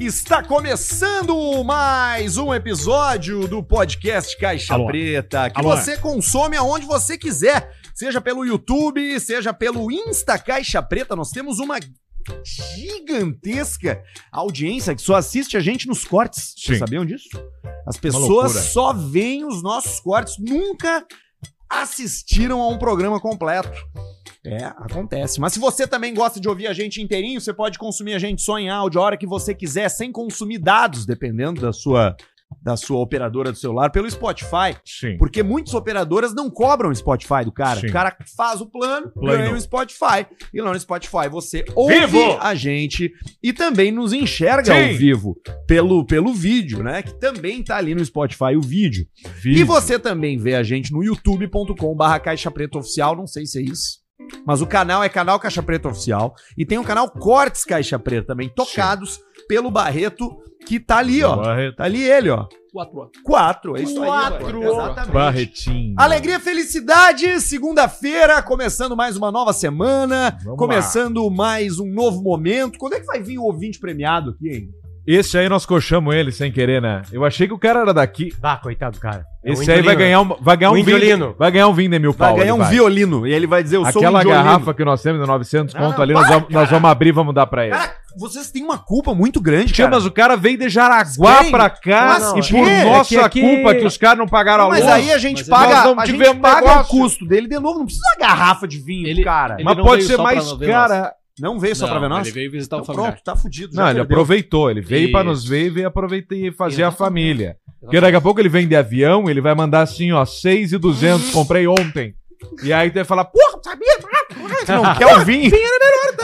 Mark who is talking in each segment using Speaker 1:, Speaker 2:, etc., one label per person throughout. Speaker 1: Está começando mais um episódio do podcast Caixa
Speaker 2: Alô.
Speaker 1: Preta, que
Speaker 2: Alô.
Speaker 1: você consome aonde você quiser, seja pelo YouTube, seja pelo Insta Caixa Preta. Nós temos uma gigantesca audiência que só assiste a gente nos cortes. Vocês
Speaker 2: Sim.
Speaker 1: sabiam disso? As
Speaker 2: loucura.
Speaker 1: pessoas só veem os nossos cortes, nunca assistiram a um programa completo. É, acontece. Mas se você também gosta de ouvir a gente inteirinho, você pode consumir a gente só em áudio a hora que você quiser, sem consumir dados, dependendo da sua da sua operadora do celular, pelo Spotify.
Speaker 2: Sim.
Speaker 1: Porque muitas operadoras não cobram o Spotify do cara.
Speaker 2: Então, Sim.
Speaker 1: O cara faz o plano,
Speaker 2: Plano.
Speaker 1: ganha o Spotify. E lá no Spotify você ouve
Speaker 2: Vivo!
Speaker 1: a gente e também nos enxerga
Speaker 2: Sim.
Speaker 1: ao vivo pelo, pelo vídeo, né? Que também tá ali no Spotify o vídeo. E você também vê a gente no youtube.com/barra Caixa Preta Oficial, não sei se é isso. Mas o canal é canal Caixa Preta Oficial. E tem o canal Cortes Caixa Preta também, tocados pelo Barreto, que tá ali, ó.
Speaker 2: Barret-
Speaker 1: Tá ali ele, ó.
Speaker 3: Quatro.
Speaker 1: Quatro, é isso aí.
Speaker 3: Quatro.
Speaker 1: Barreto, Exatamente.
Speaker 2: Barretinho.
Speaker 1: Alegria, felicidade, segunda-feira, começando mais uma nova semana,
Speaker 2: Vamos
Speaker 1: começando mais um novo momento. Quando é que vai vir o ouvinte premiado aqui, hein?
Speaker 2: Esse aí nós coxamos ele sem querer, né? Eu achei que o cara era daqui.
Speaker 3: Ah, coitado, do cara. É
Speaker 2: Esse
Speaker 3: o
Speaker 2: aí vai
Speaker 3: Indolino.
Speaker 2: ganhar um, vai ganhar
Speaker 3: O
Speaker 2: um vinho.
Speaker 3: Indolino.
Speaker 2: Vai ganhar um vinho de mil
Speaker 1: Vai
Speaker 2: pau.
Speaker 1: ganhar um
Speaker 2: ele
Speaker 1: violino e ele vai dizer, eu sou um
Speaker 2: Aquela
Speaker 1: violino.
Speaker 2: garrafa que nós temos de 900 conto
Speaker 1: Ah,
Speaker 2: ali, nós
Speaker 1: para,
Speaker 2: vamos, nós vamos abrir e vamos dar pra ele.
Speaker 1: Cara, vocês têm uma culpa muito grande,
Speaker 2: Tia,
Speaker 1: cara.
Speaker 2: mas o cara veio de Jaraguá
Speaker 1: Sim.
Speaker 2: pra cá
Speaker 1: Mas
Speaker 2: e
Speaker 1: que?
Speaker 2: por
Speaker 1: É que
Speaker 2: nossa
Speaker 3: aqui-
Speaker 2: culpa que os caras não pagaram a luz.
Speaker 1: Mas aí a gente
Speaker 3: Mas
Speaker 2: nós
Speaker 1: paga,
Speaker 2: vamos
Speaker 1: a
Speaker 2: tiver
Speaker 1: gente
Speaker 2: um
Speaker 1: paga o
Speaker 2: negócio.
Speaker 1: custo dele de novo, não precisa uma garrafa de vinho,
Speaker 3: Ele-
Speaker 1: cara.
Speaker 3: ele-
Speaker 2: mas
Speaker 3: não
Speaker 2: pode
Speaker 3: veio
Speaker 2: ser
Speaker 3: só
Speaker 2: mais
Speaker 3: pra ver
Speaker 2: cara.
Speaker 1: Não veio só pra ver nós?
Speaker 3: Ele veio visitar
Speaker 1: Então
Speaker 3: o familiar.
Speaker 1: pronto, tá fudido. já
Speaker 2: Não, ele
Speaker 1: perdeu.
Speaker 2: aproveitou, ele veio pra nos
Speaker 3: Isso.
Speaker 2: ver e veio aproveitar e fazer a
Speaker 3: Exatamente.
Speaker 2: família. Porque daqui a pouco ele vem de avião, ele vai mandar assim, ó,
Speaker 3: Hum.
Speaker 2: 6,200, comprei ontem. E aí tu vai falar, porra, sabia?
Speaker 1: Você não quer o vinho?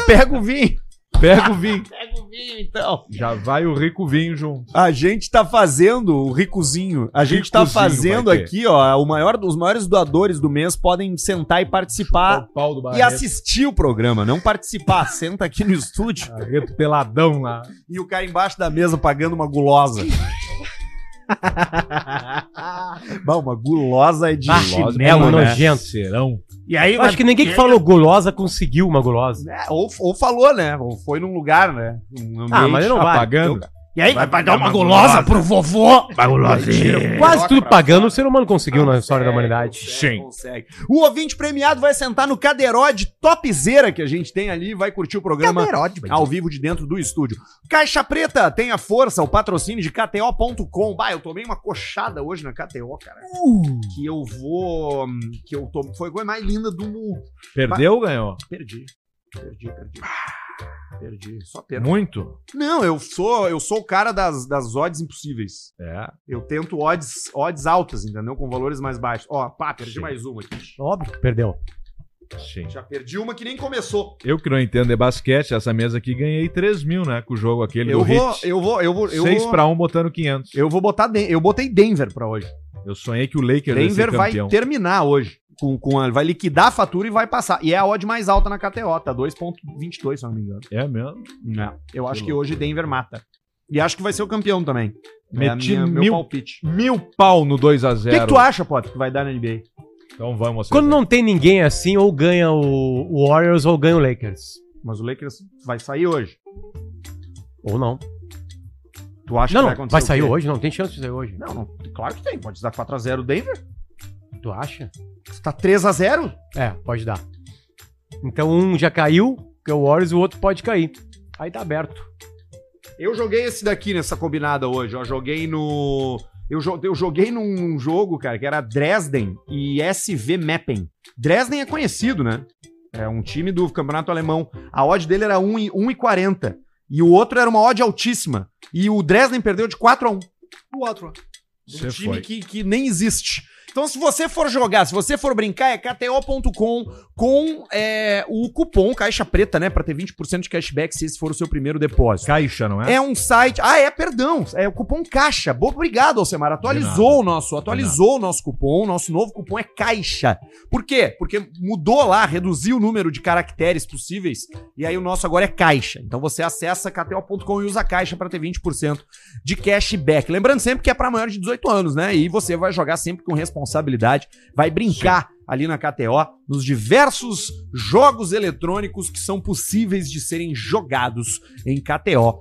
Speaker 1: Pega o vinho.
Speaker 2: Pega o vinho.
Speaker 1: Pega o vinho, então.
Speaker 2: Já vai o rico vinho junto.
Speaker 1: A gente tá fazendo o ricozinho. A gente tá
Speaker 2: Ricozinho
Speaker 1: fazendo
Speaker 2: vai ter.
Speaker 1: aqui, ó. O maior, os maiores doadores do mês podem sentar e participar
Speaker 2: o pau do
Speaker 1: e assistir o programa. Não participar. Senta aqui no estúdio
Speaker 2: Barreto peladão lá.
Speaker 1: e o cara embaixo da mesa pagando uma gulosa. Bah, uma gulosa é de
Speaker 3: Ah,
Speaker 1: chinelo, né?
Speaker 3: é nojento.
Speaker 2: Serão.
Speaker 1: E aí,
Speaker 3: Eu acho que ninguém que falou gulosa conseguiu uma gulosa.
Speaker 1: né, ou, ou falou, né? Ou foi num lugar, né? Um ambiente.
Speaker 3: mas ele não vai.
Speaker 2: Apagando.
Speaker 3: E aí,
Speaker 1: Vai
Speaker 3: dar uma gulosa pro vovô? Quase tudo pagando, o ser humano conseguiu na história da humanidade.
Speaker 1: Consegue, consegue. O ouvinte premiado vai sentar no cadeirode topzera que a gente tem ali e vai curtir o programa ao vivo de dentro do estúdio. Caixa Preta tem a força, o patrocínio de KTO.com. Bah, eu tomei uma coxada hoje na KTO, cara. Que eu vou. hum, Que eu tomo. Foi a coisa mais linda do mundo.
Speaker 2: Perdeu ou ganhou?
Speaker 1: Perdi. Perdi, perdi. Perdi. Só perdi.
Speaker 2: Muito.
Speaker 1: Não, eu sou, eu sou o cara das, das odds impossíveis.
Speaker 2: É.
Speaker 1: Eu tento odds, odds altas, entendeu? Com valores mais baixos. Ó, pá, perdi
Speaker 2: Sim.
Speaker 1: mais uma aqui.
Speaker 3: Óbvio que perdeu.
Speaker 2: Sim.
Speaker 1: Já perdi uma que nem começou.
Speaker 2: Eu que não entendo de basquete, essa mesa aqui ganhei 3 mil, né? Com o jogo aquele
Speaker 1: Eu
Speaker 2: do
Speaker 1: vou,
Speaker 2: Hit.
Speaker 1: eu vou, eu vou, eu
Speaker 2: 6
Speaker 1: vou.
Speaker 2: pra 1 botando 500.
Speaker 1: Eu vou botar. Den- Eu botei Denver pra hoje.
Speaker 2: Eu sonhei que o Lakers ia ser
Speaker 1: Denver vai
Speaker 2: campeão.
Speaker 1: terminar hoje. Com, com a- vai liquidar a fatura e vai passar. E é a odd mais alta na KTO, tá? 2,22, se eu não me engano.
Speaker 2: É mesmo?
Speaker 1: Não. Eu acho
Speaker 2: Que
Speaker 1: que hoje Denver mata. E acho que vai ser o campeão também. É a
Speaker 2: Meti
Speaker 1: minha- meu
Speaker 2: mil-
Speaker 1: palpite.
Speaker 2: Mil pau no
Speaker 1: O que, que
Speaker 2: 2x0.
Speaker 1: tu acha, Potter, que vai dar na NBA?
Speaker 2: Então vamos.
Speaker 3: Quando não tem ninguém assim, ou ganha o o Warriors ou ganha o Lakers.
Speaker 1: Mas o Lakers vai sair hoje.
Speaker 3: Ou não.
Speaker 1: Tu acha
Speaker 3: Não,
Speaker 1: que
Speaker 3: não. Vai
Speaker 1: o
Speaker 3: sair
Speaker 1: quê?
Speaker 3: hoje? Não tem chance de sair hoje.
Speaker 1: Não, não, claro que tem. Pode dar 4x0 o Denver.
Speaker 3: Tu acha?
Speaker 1: Tá 3x0?
Speaker 3: É, pode dar. Então um já caiu, que é o Warriors, e o outro pode cair. Aí tá aberto.
Speaker 1: Eu joguei esse daqui nessa combinada hoje, ó. Joguei no. Eu, jo- eu joguei num, num jogo, cara, que era Dresden e SV Meppen. Dresden é conhecido, né? É um time do campeonato alemão. A odd dele era 1 e- 1,40. E o outro era uma odd altíssima. E o Dresden perdeu de 4x1. O outro. Um
Speaker 2: Cê
Speaker 1: time
Speaker 2: foi.
Speaker 1: que, que nem existe. Então, se você for jogar, se você for brincar, é kto.com com é, o cupom Caixa Preta, né? Pra ter 20% de cashback se esse for o seu primeiro depósito.
Speaker 2: Caixa, não é?
Speaker 1: É um site. Ah, é, perdão. É o cupom Caixa. Bo- Obrigado, Alcemar. Atualizou o nosso, atualizou o nosso cupom. O nosso novo cupom é Caixa. Por quê? Porque mudou lá, reduziu o número de caracteres possíveis. E aí o nosso agora é Caixa. Então você acessa kto.com e usa Caixa para ter 20% de cashback. Lembrando sempre que é para maior de 18 anos, né? E você vai jogar sempre com responsabilidade. Vai brincar. Ali na KTO, nos diversos jogos eletrônicos que são possíveis de serem jogados em KTO.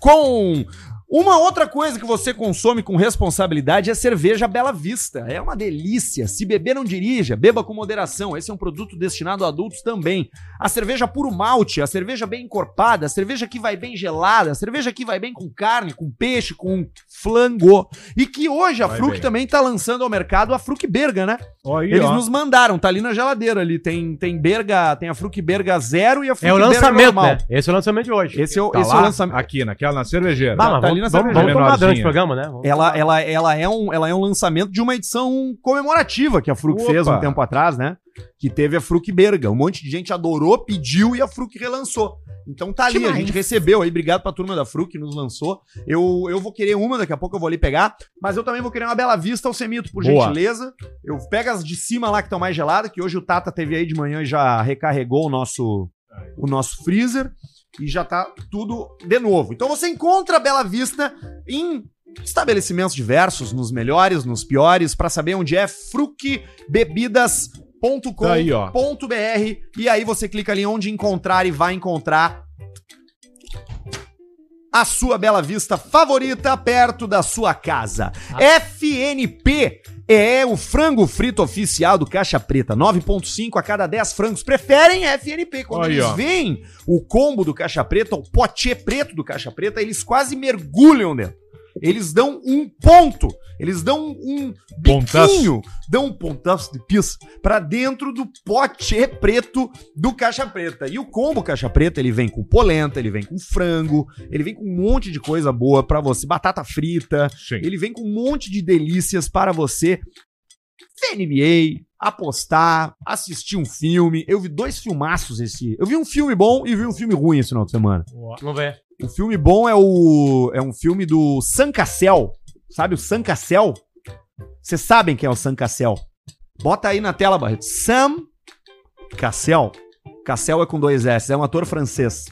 Speaker 1: Caixa.com. Uma outra coisa que você consome com responsabilidade é cerveja Bela Vista. É uma delícia. Se beber, não dirija. Beba com moderação. Esse é um produto destinado a adultos também. A cerveja puro malte, a cerveja bem encorpada, a cerveja que vai bem gelada, a cerveja que vai bem com carne, com peixe, com flango. E que hoje a
Speaker 2: Vai
Speaker 1: Fruc
Speaker 2: bem.
Speaker 1: também tá lançando ao mercado a Fruc Berga, né?
Speaker 2: Olha
Speaker 1: Eles nos mandaram, tá ali na geladeira ali. Tem, tem Berga, tem a Fruc Berga Zero e a Fruc
Speaker 3: É o
Speaker 1: Berga
Speaker 3: lançamento,
Speaker 1: normal.
Speaker 3: né? Esse é o lançamento de hoje.
Speaker 1: Esse é o,
Speaker 2: tá
Speaker 1: esse é
Speaker 2: lá,
Speaker 1: o lançamento.
Speaker 2: Aqui, naquela, na cervejeira.
Speaker 3: Bah, mas
Speaker 1: tá ali
Speaker 3: vamos,
Speaker 1: na
Speaker 3: vamos,
Speaker 1: cerveja,
Speaker 3: vamos tomar durante
Speaker 2: menorzinha.
Speaker 3: o programa, né? Vamos
Speaker 1: Ela,
Speaker 3: tomar.
Speaker 1: ela, ela, é um, ela é um lançamento de uma edição comemorativa que a Fruc
Speaker 2: Opa.
Speaker 1: fez um tempo atrás, né? Que teve a Fruc Berga. Um monte de gente adorou, pediu e a Fruc relançou. Então tá ali, a gente recebeu aí. Obrigado pra turma da Fruc que nos lançou. Eu, eu vou querer uma, daqui a pouco eu vou ali pegar. Mas eu também vou querer uma Bela Vista ao Semito, por
Speaker 2: Boa.
Speaker 1: gentileza. Eu pego as de cima lá que estão mais geladas, que hoje o Tata teve aí de manhã e já recarregou o nosso, o nosso freezer. E já tá tudo de novo. Então você encontra a Bela Vista em estabelecimentos diversos, nos melhores, nos piores, para saber onde é frucbebidas.com.br.
Speaker 2: Tá aí, ó.
Speaker 1: e aí você clica ali onde encontrar e vai encontrar a sua Bela Vista favorita perto da sua casa.
Speaker 2: Ah.
Speaker 1: FNP é o frango frito oficial do Caixa Preta. 9,5 a cada 10 frangos preferem FNP. Quando
Speaker 2: Aí,
Speaker 1: eles
Speaker 2: ó.
Speaker 1: veem o combo do Caixa Preta, o pote preto do Caixa Preta, eles quase mergulham dentro. Eles dão um ponto, eles dão um
Speaker 2: Pontaço.
Speaker 1: biquinho, dão um pontaço de pizza pra dentro do pote preto do Caixa Preta. E o combo Caixa Preta, ele vem com polenta, ele vem com frango, ele vem com um monte de coisa boa pra você, batata frita,
Speaker 2: Sim.
Speaker 1: ele vem com um monte de delícias para você ver NBA, apostar, assistir um filme. Eu vi dois filmaços esse. Eu vi um filme bom e vi um filme ruim esse final de semana.
Speaker 3: Vamos ver.
Speaker 1: O filme bom é o é um filme do San Cassel. Sabe o San Cassel? Vocês sabem quem é o San Cassel? Bota aí na tela, Barreto. Sam Cassel. Cassel é com dois S, é um ator francês.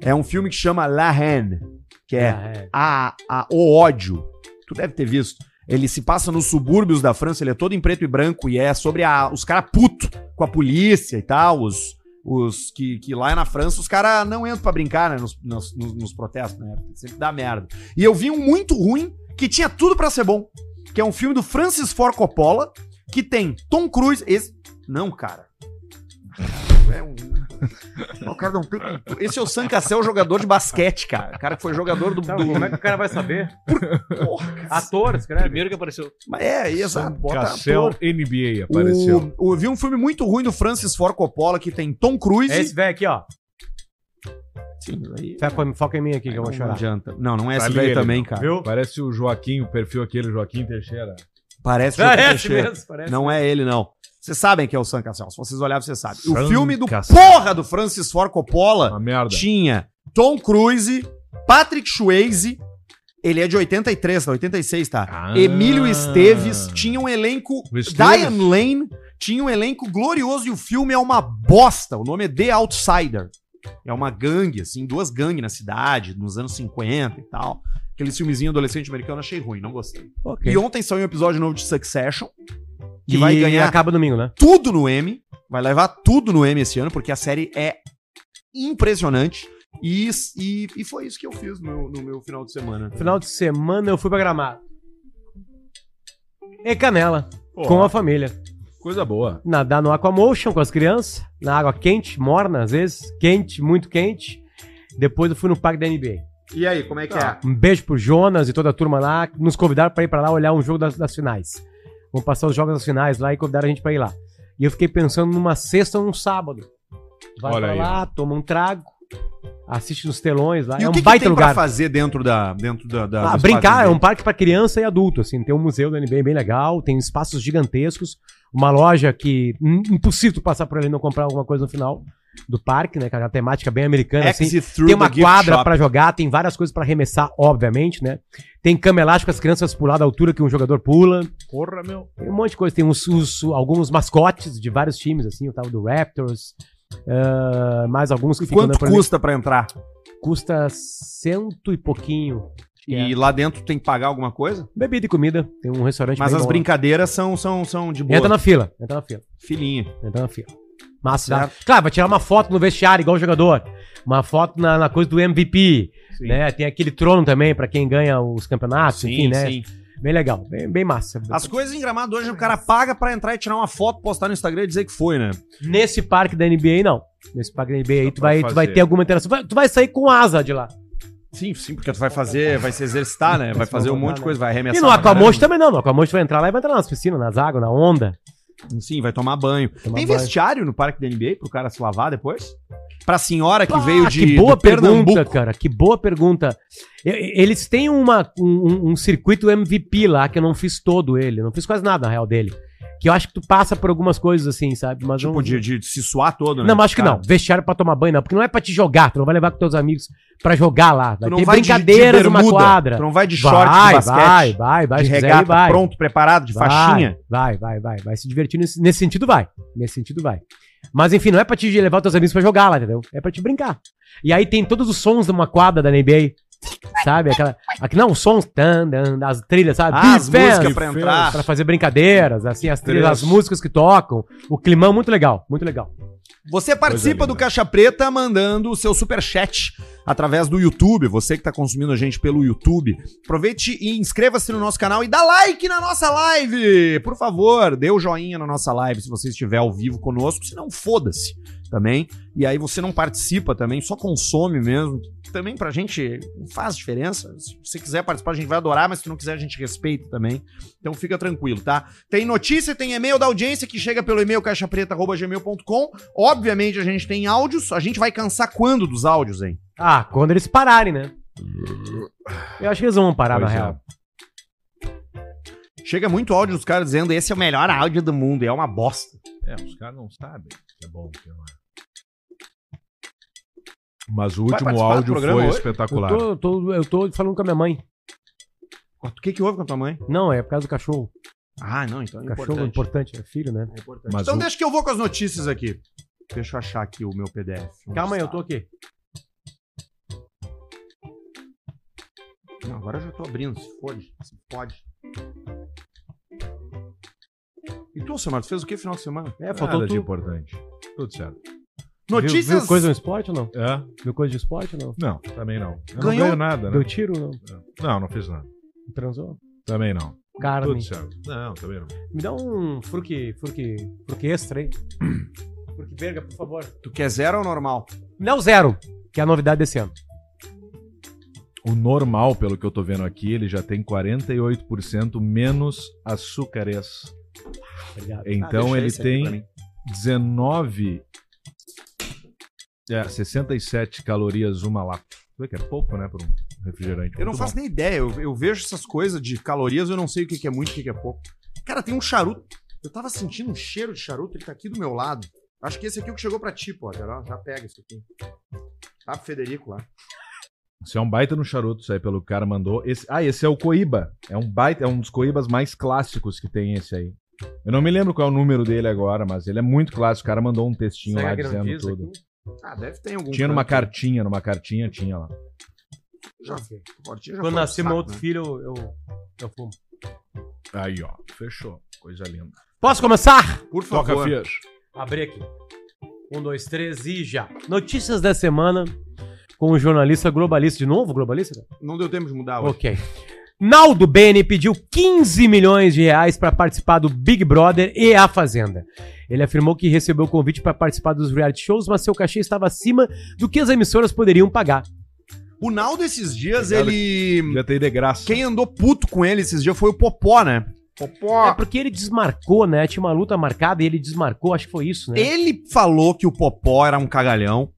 Speaker 1: É um filme que chama La Haine, que é
Speaker 3: Ah, é.
Speaker 1: a, a- o ódio. Tu deve ter visto. Ele se passa nos subúrbios da França, ele é todo em preto e branco e é sobre a- os caras puto com a polícia e tal, os, os que, que lá na França os caras não entram pra brincar, né, nos, nos, nos- nos protestos, né, sempre dá merda. E eu vi um muito ruim que tinha tudo pra ser bom, que é um filme do Francis Ford Coppola, que tem Tom Cruise, esse... Não, cara. É um... O cara não tem... Esse é o San Cassel, jogador de basquete, cara. O cara que foi jogador do,
Speaker 3: Tá,
Speaker 1: do-
Speaker 3: como é que o cara vai saber? Ator, escreve.
Speaker 4: Primeiro que apareceu.
Speaker 1: Ah, mas é,
Speaker 2: Sam
Speaker 1: exato. Bota
Speaker 2: Cassel
Speaker 1: ator.
Speaker 2: NBA apareceu.
Speaker 1: o, o, eu vi um filme muito ruim do Francis Ford Coppola que tem Tom Cruise.
Speaker 3: É esse velho aqui, ó.
Speaker 1: Sim, aí-
Speaker 3: Foca, foca em mim aqui que eu vou
Speaker 1: não
Speaker 3: chorar.
Speaker 1: adianta. Não, não é esse
Speaker 2: Ali
Speaker 1: daí
Speaker 2: ele,
Speaker 1: também,
Speaker 2: não.
Speaker 1: cara.
Speaker 3: Viu?
Speaker 2: Parece o Joaquim, o perfil aquele, Joaquim Teixeira.
Speaker 1: Parece Joaquim
Speaker 3: Parece
Speaker 1: Teixeira.
Speaker 3: É mesmo, parece.
Speaker 1: Não é ele, não. Vocês sabem que é o San Cassel. Se vocês olharem, vocês sabem.
Speaker 2: Sam
Speaker 1: o filme do
Speaker 2: Cassel.
Speaker 1: porra do Francis Ford Coppola
Speaker 2: Uma merda.
Speaker 1: tinha Tom Cruise, Patrick Swayze, ele é de 83, tá? 86, tá?
Speaker 2: Ah.
Speaker 1: Emílio Esteves, tinha um elenco
Speaker 2: O Esteves.
Speaker 1: Diane Lane, tinha um elenco glorioso e o filme é uma bosta. O nome é The Outsider. É uma gangue, assim, duas gangues na cidade, nos anos 50 e tal. Aquele filmezinho adolescente americano, achei ruim, não gostei. E ontem saiu um episódio novo de Succession, que
Speaker 3: E
Speaker 1: vai ganhar
Speaker 3: acaba domingo, né?
Speaker 1: tudo no M. Vai levar tudo no M esse ano, porque a série é impressionante. E, e, e foi isso que eu fiz no meu, no meu final de semana.
Speaker 3: Final de semana eu fui pra Gramado. E Canela, com a família.
Speaker 2: Coisa boa.
Speaker 3: Nadar no Aquamotion com as crianças, na água quente, morna às vezes, quente, muito quente. Depois eu fui no parque da NBA.
Speaker 1: E aí, como é que é?
Speaker 3: Um beijo pro Jonas e toda a turma lá. Nos convidaram pra ir pra lá olhar um jogo das, das finais. Vamos passar os jogos das finais lá e convidaram a gente pra ir lá. E eu fiquei pensando numa sexta ou num sábado. Vai
Speaker 2: Olha
Speaker 3: pra
Speaker 2: aí.
Speaker 3: lá, toma um trago, assiste nos telões lá.
Speaker 1: E
Speaker 3: é
Speaker 1: o
Speaker 3: um
Speaker 1: que, que
Speaker 3: baita
Speaker 1: tem
Speaker 3: lugar.
Speaker 1: pra fazer dentro da. Dentro da, da-
Speaker 3: Ah,
Speaker 1: do espaço
Speaker 3: brincar é
Speaker 1: Tá, dele?
Speaker 3: um parque para criança e adulto, assim. Tem um museu da NBA bem legal, tem espaços gigantescos, uma loja que hum, impossível tu passar por ali e não comprar alguma coisa no final do parque, né? Com a temática bem americana, assim.
Speaker 1: Exit through
Speaker 3: Tem uma
Speaker 1: the gift
Speaker 3: quadra
Speaker 1: shop.
Speaker 3: para jogar, tem várias coisas para arremessar, obviamente, né? Tem cama elástica, as crianças pular da altura que um jogador pula.
Speaker 2: Porra, meu.
Speaker 3: Tem um monte de coisa. Tem uns, uns- alguns mascotes de vários times, assim, o tal do Raptors, ah, mais alguns que
Speaker 1: E Quanto
Speaker 3: andando por ali.
Speaker 1: custa pra entrar?
Speaker 3: Custa cento e pouquinho. é.
Speaker 1: E lá dentro tem que pagar alguma coisa?
Speaker 3: Bebida e comida, tem um restaurante
Speaker 1: Mas
Speaker 3: bem
Speaker 1: as
Speaker 3: bom lá.
Speaker 1: brincadeiras são, são, são de boa.
Speaker 3: Entra na fila, entra na fila,
Speaker 1: Filhinha.
Speaker 3: entra na fila. Massa. tá? Claro, vai tirar uma foto no vestiário, igual o jogador. Uma foto na, na coisa do MVP.
Speaker 2: Sim.
Speaker 3: Né? Tem aquele trono também pra quem ganha os campeonatos, enfim, né? Bem legal, bem, bem massa.
Speaker 2: Ah.
Speaker 1: As coisas em gramado hoje o cara paga pra entrar e tirar uma foto, postar no Instagram e dizer que foi, né?
Speaker 3: Nesse parque da NBA, não. Nesse parque da NBA aí,
Speaker 2: Dá
Speaker 3: tu
Speaker 2: pra
Speaker 3: vai, tu vai
Speaker 2: fazer.
Speaker 3: ter alguma interação. Vai- tu vai sair com asa de lá.
Speaker 1: Sim, sim, porque tu vai fazer, vai se exercitar, né? Vai fazer um monte de coisa, vai arremessar.
Speaker 3: e no
Speaker 1: pra
Speaker 2: é
Speaker 3: Aquamonte também não. No Aquamonte vai entrar lá e vai entrar nas piscinas, nas águas, na onda.
Speaker 1: caramba. Sim, vai tomar banho.
Speaker 3: Tomar
Speaker 1: Tem
Speaker 3: banho.
Speaker 1: vestiário no parque da NBA pro cara se lavar depois? Pra senhora que
Speaker 3: Ah,
Speaker 1: veio de
Speaker 3: que boa
Speaker 1: do Pernambuco.
Speaker 3: pergunta, cara. Que boa pergunta. E- e- Eles têm uma, um, um- um circuito MVP lá que eu não fiz todo ele. Não fiz quase nada, na real, dele. Que eu acho que tu passa por algumas coisas assim, sabe? Mas
Speaker 1: Tipo,
Speaker 3: não-
Speaker 1: de, de se suar todo, né?
Speaker 3: Não, mas acho que
Speaker 1: Cara,
Speaker 3: não. Vestiário pra tomar banho, não. Porque não é pra te jogar. Tu não vai levar com teus amigos pra jogar lá.
Speaker 1: Tu
Speaker 3: Vai
Speaker 1: não
Speaker 3: ter
Speaker 1: vai de- de
Speaker 3: brincadeiras numa
Speaker 1: bermuda,
Speaker 3: quadra.
Speaker 1: Tu não vai de
Speaker 3: vai,
Speaker 1: short, de basquete,
Speaker 3: vai, vai, vai.
Speaker 1: de
Speaker 3: se quiser ir,
Speaker 1: regata,
Speaker 3: vai.
Speaker 1: pronto, preparado, de
Speaker 3: Vai,
Speaker 1: faixinha.
Speaker 3: Vai, vai, vai. Vai se divertir nesse, nesse sentido, vai. Nesse sentido, vai. Mas enfim, não é pra te levar teus amigos pra jogar lá, entendeu? É pra te brincar. E aí tem todos os sons de uma quadra da NBA. Sabe? Aquela. Aqui, não, os sons. Tan, dan, as trilhas, sabe?
Speaker 1: Ah, as
Speaker 3: Defense,
Speaker 1: músicas pra entrar.
Speaker 3: Pra fazer brincadeiras, assim, as trilhas,
Speaker 2: Três.
Speaker 3: as músicas que tocam. O climão, muito legal, muito legal.
Speaker 1: Você participa
Speaker 2: Coisa linda.
Speaker 1: do Caixa Preta mandando o seu superchat através do YouTube. Você que está consumindo a gente pelo YouTube, aproveite e inscreva-se no nosso canal e dá like na nossa live. Por favor, dê o joinha na nossa live se você estiver ao vivo conosco. Se não, foda-se também. E aí você não participa também, só consome mesmo. Também pra gente não faz diferença. Se você quiser participar, a gente vai adorar, mas se não quiser, a gente respeita também. Então fica tranquilo, tá? Tem notícia, tem e-mail da audiência que chega pelo e-mail caixapreta.gmail.com. Obviamente a gente tem áudios. A gente vai cansar quando dos áudios, hein?
Speaker 3: Ah, quando eles pararem, né? Eu acho que eles vão parar,
Speaker 2: Pois
Speaker 3: na
Speaker 2: é.
Speaker 3: real.
Speaker 1: Chega muito áudio dos caras dizendo esse é o melhor áudio do mundo, e é uma bosta.
Speaker 2: É, os caras não sabem que é bom que não é. Mas o último
Speaker 1: participar do
Speaker 2: áudio foi
Speaker 1: programa hoje?
Speaker 2: espetacular.
Speaker 3: Eu tô, eu tô- eu tô falando com a minha mãe.
Speaker 1: O que, que houve com a tua mãe?
Speaker 3: Não, é por causa do cachorro.
Speaker 1: Ah, não, então é
Speaker 3: cachorro é
Speaker 1: importante.
Speaker 3: importante, é filho, né?
Speaker 1: É importante.
Speaker 2: Mas
Speaker 1: então
Speaker 2: o-
Speaker 1: deixa que eu vou com as notícias aqui. Deixa eu achar aqui o meu PDF. Onde
Speaker 3: Calma aí, eu tô
Speaker 1: está?
Speaker 3: aqui.
Speaker 1: Não, agora eu já tô abrindo, se fode, se pode. E tu, Samar, tu fez o que final de semana?
Speaker 3: É,
Speaker 2: Nada
Speaker 3: faltou
Speaker 2: de
Speaker 3: tudo.
Speaker 2: importante. Tudo certo.
Speaker 1: Notícias.
Speaker 3: Viu, viu coisa no esporte ou não?
Speaker 2: É?
Speaker 3: Viu coisa de esporte ou não?
Speaker 2: Não, também não. Eu
Speaker 1: Ganhou-
Speaker 2: não ganho nada, né?
Speaker 3: Deu tiro ou não?
Speaker 2: Não, não fiz nada.
Speaker 3: Transou?
Speaker 2: Também não.
Speaker 3: Carne.
Speaker 2: Tudo certo. Não, também não.
Speaker 3: Me dá um fruque, fruque, fruque extra aí. fruque verga, por favor.
Speaker 1: Tu quer zero ou normal?
Speaker 3: Me dá o zero, que é a novidade desse ano.
Speaker 2: O normal, pelo que eu tô vendo aqui, ele já tem 48% menos açúcares.
Speaker 3: Obrigado.
Speaker 2: Então
Speaker 1: Ah, deixa
Speaker 2: ele
Speaker 1: esse aqui pra
Speaker 2: tem
Speaker 1: mim.
Speaker 2: 19. É, 67 calorias uma lata. Vê que é pouco, né, para um refrigerante.
Speaker 1: Eu não
Speaker 2: Muito
Speaker 1: faço nem ideia. Eu, eu vejo essas coisas de calorias, eu não sei o que, que é muito e o que, que é pouco. Cara, tem um charuto. Eu tava sentindo um cheiro de charuto, ele tá aqui do meu lado. Acho que esse aqui é o que chegou pra ti, pô. Adriano. Já pega isso aqui. Tá pro Federico lá.
Speaker 2: Isso é um baita no charuto, isso aí pelo que o cara mandou. Esse- ah, esse é o Coíba. É um baita, é um dos Coíbas mais clássicos que tem esse aí. Eu não me lembro qual é o número dele agora, mas ele é muito clássico. O cara mandou um textinho lá dizendo tudo.
Speaker 1: Ah, deve ter em algum.
Speaker 2: Tinha numa
Speaker 1: canto.
Speaker 2: cartinha, numa cartinha tinha lá.
Speaker 1: Já foi. Cortinha já
Speaker 3: Quando
Speaker 1: foi
Speaker 3: nascer
Speaker 1: pro saco,
Speaker 3: meu outro
Speaker 1: né?
Speaker 3: filho, eu, eu fumo.
Speaker 2: Aí, ó, fechou. Coisa linda.
Speaker 3: Posso começar?
Speaker 1: Por
Speaker 2: Toca,
Speaker 1: favor.
Speaker 2: Fias.
Speaker 3: Abri aqui. Um, dois, três e já. Notícias da semana com o jornalista globalista. De novo, globalista? cara?
Speaker 1: não deu tempo de mudar hoje.
Speaker 3: Ok. Naldo Bene pediu 15 milhões de reais para participar do Big Brother e A Fazenda. Ele afirmou que recebeu o convite para participar dos reality shows, mas seu cachê estava acima do que as emissoras poderiam pagar.
Speaker 1: O Naldo, esses dias,
Speaker 2: Obrigado.
Speaker 1: ele.
Speaker 2: Já tem de graça.
Speaker 1: Quem andou puto com ele esses dias foi o Popó, né? Popó.
Speaker 3: É porque ele desmarcou, né? Tinha uma luta marcada e ele desmarcou, acho que foi isso, né?
Speaker 1: Ele falou que o Popó era um cagalhão.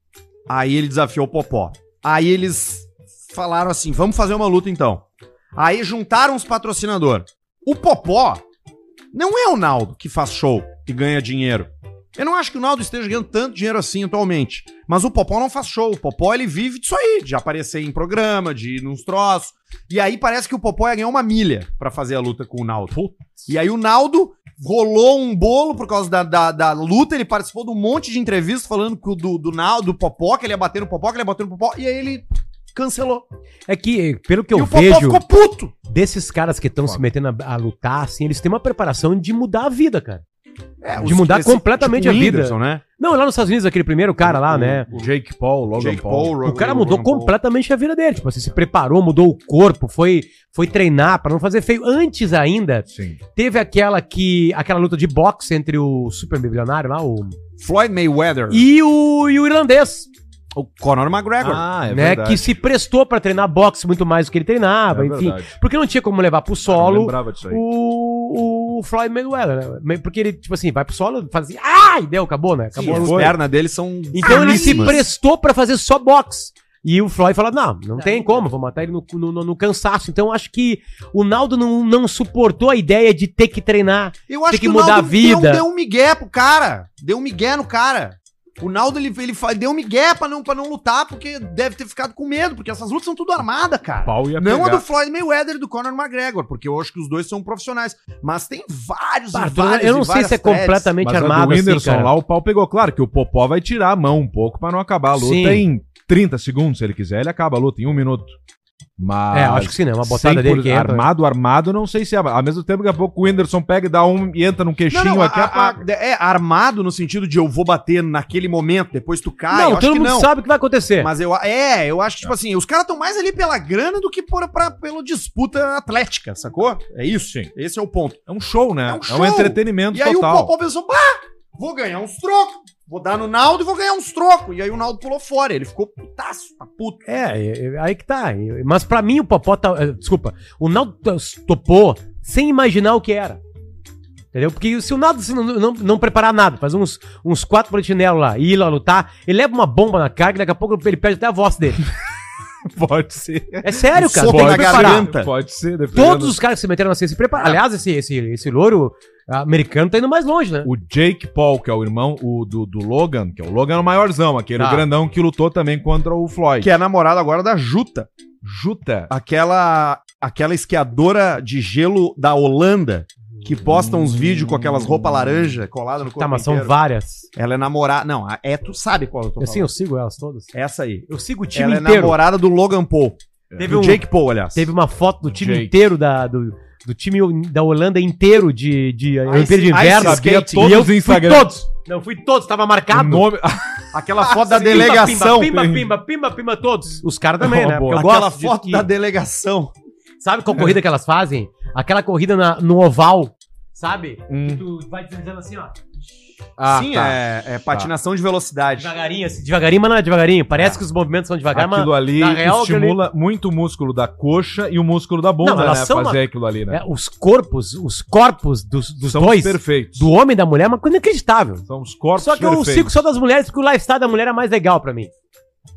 Speaker 1: Aí ele desafiou o Popó. Aí eles falaram assim: vamos fazer uma luta então. Aí juntaram os patrocinadores. O Popó não é o Naldo que faz show e ganha dinheiro. Eu não acho que o Naldo esteja ganhando tanto dinheiro assim atualmente. Mas o Popó não faz show. O Popó ele vive disso aí, de aparecer em programa, de ir nos troços. E aí parece que o Popó ia ganhar uma milha pra fazer a luta com o Naldo. E aí o Naldo rolou um bolo por causa da, da, da luta, ele participou de um monte de entrevistas falando que o do, do Naldo, do Popó, que ele ia bater no Popó, que ele ia bater no Popó, e aí ele cancelou.
Speaker 3: É que, pelo que
Speaker 1: e
Speaker 3: eu
Speaker 1: o
Speaker 3: vejo.
Speaker 1: ficou puto.
Speaker 3: desses caras que estão
Speaker 2: Foda.
Speaker 3: se metendo a, a lutar, assim, eles têm uma preparação de mudar a vida, cara.
Speaker 1: É,
Speaker 3: de mudar
Speaker 1: esse-
Speaker 3: completamente
Speaker 1: tipo
Speaker 3: a vida.
Speaker 1: Whindersson, né?
Speaker 3: Não, lá nos Estados Unidos, aquele primeiro cara lá,
Speaker 1: Uhum.
Speaker 2: O-
Speaker 3: né?
Speaker 2: O Jake Paul, Logan
Speaker 1: Jake
Speaker 2: Paul.
Speaker 1: Paul,
Speaker 3: O
Speaker 1: Logan-
Speaker 3: cara mudou
Speaker 1: Logan Paul.
Speaker 3: completamente a vida dele. Tipo assim, se preparou, mudou o corpo, foi, foi treinar pra não fazer feio. Antes ainda,
Speaker 2: Sim.
Speaker 3: teve aquela que aquela luta de boxe entre o super bilionário lá, o
Speaker 1: Floyd
Speaker 2: É.
Speaker 1: Mayweather.
Speaker 3: e o, e o irlandês,
Speaker 1: O Conor McGregor.
Speaker 2: Ah, é
Speaker 3: né,
Speaker 2: verdade.
Speaker 3: que se prestou pra treinar boxe muito mais do que ele treinava,
Speaker 2: É
Speaker 3: enfim,
Speaker 2: verdade.
Speaker 3: porque não tinha como levar pro
Speaker 2: Eu
Speaker 3: solo
Speaker 2: lembrava disso aí.
Speaker 3: o, o Floyd Mayweather, né? Porque ele tipo assim, vai pro solo, faz assim, ai, deu, acabou, né? Acabou a
Speaker 1: Sim,
Speaker 3: luta.
Speaker 1: as pernas dele são.
Speaker 3: Então ele se
Speaker 1: finíssimas.
Speaker 3: prestou pra fazer só boxe. E o Floyd falou: não, não
Speaker 4: Tá
Speaker 3: tem
Speaker 4: aí,
Speaker 3: como, vou matar ele no, no- no- no cansaço. Então acho que o Naldo não, não suportou a ideia de ter que treinar.
Speaker 1: Eu acho
Speaker 3: que
Speaker 1: o
Speaker 3: mudar a
Speaker 1: Naldo
Speaker 3: vida.
Speaker 1: Deu, deu um migué pro cara. Deu um migué no cara. O Naldo, ele, ele fa- deu um migué pra não, pra não lutar, porque deve ter ficado com medo, porque essas lutas são tudo armadas, cara.
Speaker 2: Pau ia
Speaker 1: Não
Speaker 2: pegar.
Speaker 1: a do Floyd Mayweather e do Conor McGregor, porque eu acho que os dois são profissionais. Mas tem vários
Speaker 3: Bah,
Speaker 1: e
Speaker 3: tu não-
Speaker 1: vários
Speaker 3: eu não
Speaker 1: e
Speaker 3: sei
Speaker 1: várias
Speaker 3: se é
Speaker 1: threads.
Speaker 3: completamente
Speaker 2: Mas a do
Speaker 3: armado assim,
Speaker 2: Whindersson
Speaker 3: cara.
Speaker 2: lá, o pau pegou. Claro que o Popó vai tirar a mão um pouco pra não acabar a luta
Speaker 3: Sim.
Speaker 2: em 30 segundos, se ele quiser. Ele acaba a luta em um minuto. Mas...
Speaker 3: É, eu acho que sim, né? Uma
Speaker 2: 100%
Speaker 3: botada dele que entra.
Speaker 2: Armado, armado, não sei se é. Ao mesmo tempo, daqui a pouco o Whindersson pega e dá um e entra num
Speaker 1: Não,
Speaker 2: queixinho
Speaker 1: não,
Speaker 2: aqui.
Speaker 1: a-
Speaker 2: a-
Speaker 1: a- é armado no sentido de eu vou bater naquele momento, depois tu cai. Ah, eu
Speaker 3: não,
Speaker 1: acho
Speaker 3: todo
Speaker 1: que
Speaker 3: mundo
Speaker 1: não.
Speaker 3: sabe o que vai acontecer.
Speaker 1: Mas eu, é, eu acho que, tipo assim, os caras estão mais ali pela grana do que por, pra, pela disputa atlética, sacou? É isso, sim. Esse é o ponto.
Speaker 2: É um show, né?
Speaker 1: É um
Speaker 2: É um,
Speaker 1: show.
Speaker 2: entretenimento
Speaker 1: E aí o
Speaker 2: total.
Speaker 1: Popó pensou, bah, vou ganhar uns trocos. Vou dar no Naldo e vou ganhar uns trocos. E aí o Naldo pulou fora. Ele ficou putaço, tá puto.
Speaker 3: É, é, é, aí que tá. E- Mas pra mim o Popó tá. é, Desculpa, o Naldo tá- topou sem imaginar o que era. Entendeu? Porque se o Naldo se não, não, não preparar nada, faz uns, uns quatro politinelos lá e ir lá lutar, ele leva uma bomba na cara que daqui a pouco ele perde até a voz dele.
Speaker 2: Pode ser.
Speaker 3: É sério, cara.
Speaker 1: Soco
Speaker 3: tem que
Speaker 1: na
Speaker 3: preparar.
Speaker 1: garganta.
Speaker 2: Pode ser, dependendo.
Speaker 3: Todos os caras que se meteram na ciência se preparam. Aliás, esse, esse, esse louro americano tá indo mais longe, né?
Speaker 2: O Jake Paul, que é o irmão o do, do Logan, que é o Logan é o maiorzão, aquele
Speaker 3: Tá.
Speaker 2: grandão que lutou também contra o Floyd.
Speaker 1: Que é namorado agora da Juta.
Speaker 2: Juta.
Speaker 1: Aquela, aquela esquiadora de gelo da Holanda que posta uns vídeos com aquelas roupas laranja colada no corpo
Speaker 3: Tá, mas são
Speaker 1: inteiro.
Speaker 3: várias.
Speaker 1: Ela é namorada... Não, a- é, tu sabe qual eu tô falando.
Speaker 3: Assim, eu sigo elas todas.
Speaker 1: Essa aí.
Speaker 3: Eu sigo o time
Speaker 1: Ela é
Speaker 3: inteiro.
Speaker 1: namorada do Logan Paul.
Speaker 3: Teve
Speaker 1: do
Speaker 3: um-
Speaker 1: Jake Paul, aliás.
Speaker 3: Teve uma foto do time
Speaker 2: Jake.
Speaker 3: inteiro da, do, do time da Holanda inteiro de, de eh, Olimpíada de
Speaker 1: Ice
Speaker 3: Inverno.
Speaker 1: Skate.
Speaker 2: Sabia
Speaker 1: skate.
Speaker 2: todos
Speaker 3: e eu
Speaker 2: os Instagram.
Speaker 3: fui todos. Não, fui todos, tava
Speaker 2: O
Speaker 3: marcado.
Speaker 2: nome-
Speaker 1: Aquela foto da
Speaker 3: um- Ah, Pimba,
Speaker 1: delegação.
Speaker 3: Pimba, pimba, pimba, pimba, pimba, todos. Os caras também,
Speaker 2: Uma
Speaker 3: né?
Speaker 2: boa.
Speaker 3: Porque eu
Speaker 1: Aquela
Speaker 3: gosto de
Speaker 1: foto
Speaker 3: que-
Speaker 1: da delegação.
Speaker 3: Sabe qual corrida que elas fazem? Aquela corrida na- no oval, sabe?
Speaker 2: Hum.
Speaker 3: Que tu vai deslizando assim, ó.
Speaker 2: Ah,
Speaker 1: Sim,
Speaker 2: tá.
Speaker 1: é, é patinação de velocidade.
Speaker 3: Devagarinho, assim. Devagarinho, mas não é devagarinho. Parece que os movimentos são devagar, mas...
Speaker 2: Aquilo ali
Speaker 3: na real,
Speaker 2: estimula muito o músculo da coxa e o músculo da bunda,
Speaker 3: Não, elas
Speaker 2: né?
Speaker 3: são
Speaker 2: Fazer aquilo ali, né?
Speaker 3: É, os corpos, os corpos dos, dos
Speaker 2: são
Speaker 3: dois,
Speaker 2: os perfeitos.
Speaker 3: do homem e da mulher, é uma coisa inacreditável.
Speaker 2: São os corpos
Speaker 3: Só que eu sigo só das mulheres porque o lifestyle da mulher é mais legal pra mim.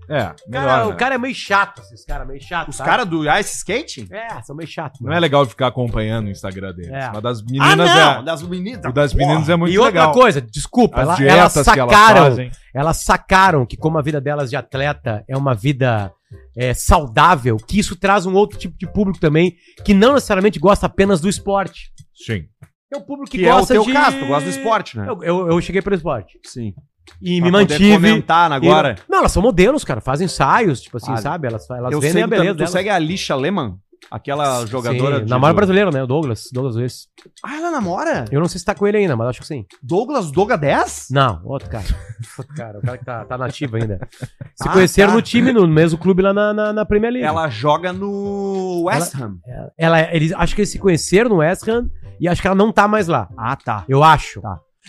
Speaker 2: É, melhor,
Speaker 3: Cara,
Speaker 2: né?
Speaker 3: O cara é meio chato, esses caras, meio chato.
Speaker 1: Os
Speaker 3: sabe?
Speaker 1: caras do Ice Skate?
Speaker 3: É, são meio chatos.
Speaker 2: Não é legal ficar acompanhando o Instagram deles.
Speaker 3: É.
Speaker 2: Mas das meninas é...
Speaker 1: Das meninas.
Speaker 2: O das meninas é muito
Speaker 3: e outra
Speaker 2: legal.
Speaker 3: coisa, desculpa,
Speaker 2: As
Speaker 3: ela- elas
Speaker 2: dietas que elas
Speaker 3: sacaram,
Speaker 2: fazem.
Speaker 3: elas sacaram que como a vida delas de atleta é uma vida é, saudável, que isso traz um outro tipo de público também, que não necessariamente gosta apenas do esporte.
Speaker 2: Sim.
Speaker 3: É um público
Speaker 1: Que,
Speaker 3: que,
Speaker 1: é o
Speaker 3: gosta
Speaker 1: teu
Speaker 3: de...
Speaker 1: caso, tu gosta do esporte, né?
Speaker 3: Eu, eu, eu cheguei pelo esporte.
Speaker 1: Sim.
Speaker 3: E
Speaker 1: E
Speaker 3: me mantive...
Speaker 1: comentar agora.
Speaker 3: E- não, elas são modelos, cara, fazem ensaios, tipo assim,
Speaker 1: Ah,
Speaker 3: sabe? Elas, elas
Speaker 1: Eu
Speaker 3: vendem
Speaker 1: sei
Speaker 3: a
Speaker 1: que
Speaker 3: beleza
Speaker 1: tu
Speaker 3: delas.
Speaker 1: segue a Alicia Lehmann, aquela jogadora
Speaker 3: Sim,
Speaker 1: de-
Speaker 3: namora brasileiro, né? O Douglas, Douglas Luiz.
Speaker 1: Ah, ela namora?
Speaker 3: Eu não sei se tá com ele ainda, mas acho que sim.
Speaker 1: Douglas Doga 10?
Speaker 3: Não, outro cara. Outro cara, o cara que tá, tá nativo ainda. Se
Speaker 1: Ah,
Speaker 3: conheceram
Speaker 1: tá.
Speaker 3: no time, no mesmo clube lá na, na, na Premier League.
Speaker 1: Ela joga no West Ham.
Speaker 3: Ela, eles, acho que eles se conheceram no West Ham e acho que ela não tá mais lá.
Speaker 1: Ah, tá.
Speaker 3: Eu acho.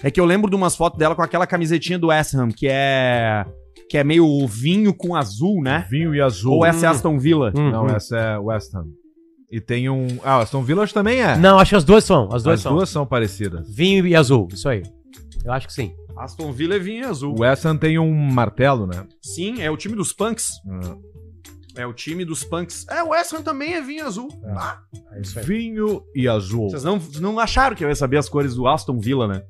Speaker 1: É que eu lembro de umas fotos dela com aquela camisetinha do West Ham, que é que é meio vinho com azul, né?
Speaker 2: Vinho e azul.
Speaker 1: Ou essa é Aston Villa?
Speaker 3: Hum,
Speaker 2: Não,
Speaker 3: hum.
Speaker 2: essa é West Ham. E tem um. Ah, Aston Villa acho que também é.
Speaker 3: Não, acho que as duas são. As duas
Speaker 2: As
Speaker 3: são.
Speaker 2: duas são parecidas.
Speaker 3: Vinho e azul, isso aí. Eu acho que sim.
Speaker 1: Aston Villa é vinho e azul.
Speaker 2: O West Ham tem um martelo, né?
Speaker 1: Sim, é o time dos punks. É o time dos punks. É, o West Ham também é vinho azul. Ah,
Speaker 2: Vinho e azul.
Speaker 1: vocês não, não acharam que eu ia saber as cores do Aston Villa, né?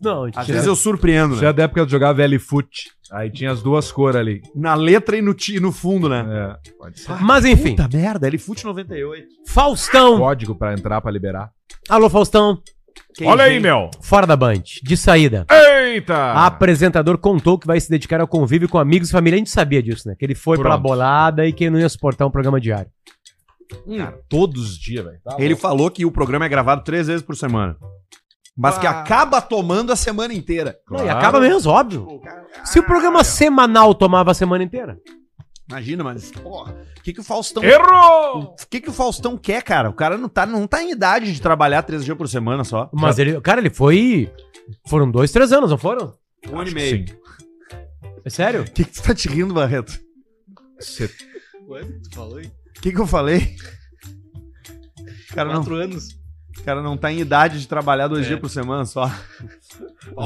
Speaker 3: Não,
Speaker 1: Às
Speaker 3: tia-
Speaker 1: vezes eu surpreendo,
Speaker 2: Isso
Speaker 1: né?
Speaker 2: é da época de jogar velho foot. Aí tinha as duas cores ali.
Speaker 1: Na letra e no, ti- no fundo, né?
Speaker 2: É, pode ser.
Speaker 3: Mas enfim,
Speaker 1: Puta merda, ele fute 98.
Speaker 3: Faustão.
Speaker 2: Código pra entrar, pra liberar.
Speaker 3: Alô, Faustão,
Speaker 1: Quem vem-
Speaker 2: meu!
Speaker 3: fora da Band, de saída.
Speaker 2: Eita!
Speaker 1: Ah.
Speaker 3: A apresentador contou que vai se dedicar ao convívio com amigos e família. A gente sabia disso, né? Que ele foi
Speaker 2: Pronto.
Speaker 3: pra bolada e que não ia suportar um programa diário.
Speaker 1: Hum.
Speaker 2: Todos os dias, velho. Tá
Speaker 1: Ele
Speaker 2: louco.
Speaker 1: falou que o programa é gravado três vezes por semana. Mas
Speaker 4: Ah.
Speaker 1: que acaba tomando a semana inteira.
Speaker 3: Não, e acaba mesmo, óbvio. Se o programa semanal tomava a semana inteira.
Speaker 1: Imagina, mas, porra, o que, que o Faustão.
Speaker 2: Errou!
Speaker 1: O que, que o Faustão quer, cara? O cara não tá, não tá em idade de trabalhar três dias por semana só.
Speaker 3: Mas ele, cara, ele foi. Foram dois, três anos, não foram?
Speaker 1: Um ano e
Speaker 2: Sim.
Speaker 1: meio.
Speaker 3: É sério?
Speaker 1: O que, que tu tá te rindo, Barreto?
Speaker 2: Set-
Speaker 4: Quanto? Tu falou aí?
Speaker 1: O que, que eu falei? O cara, não,
Speaker 4: Quatro anos.
Speaker 1: o cara não tá em idade de trabalhar dois
Speaker 4: É.
Speaker 1: dias por semana só.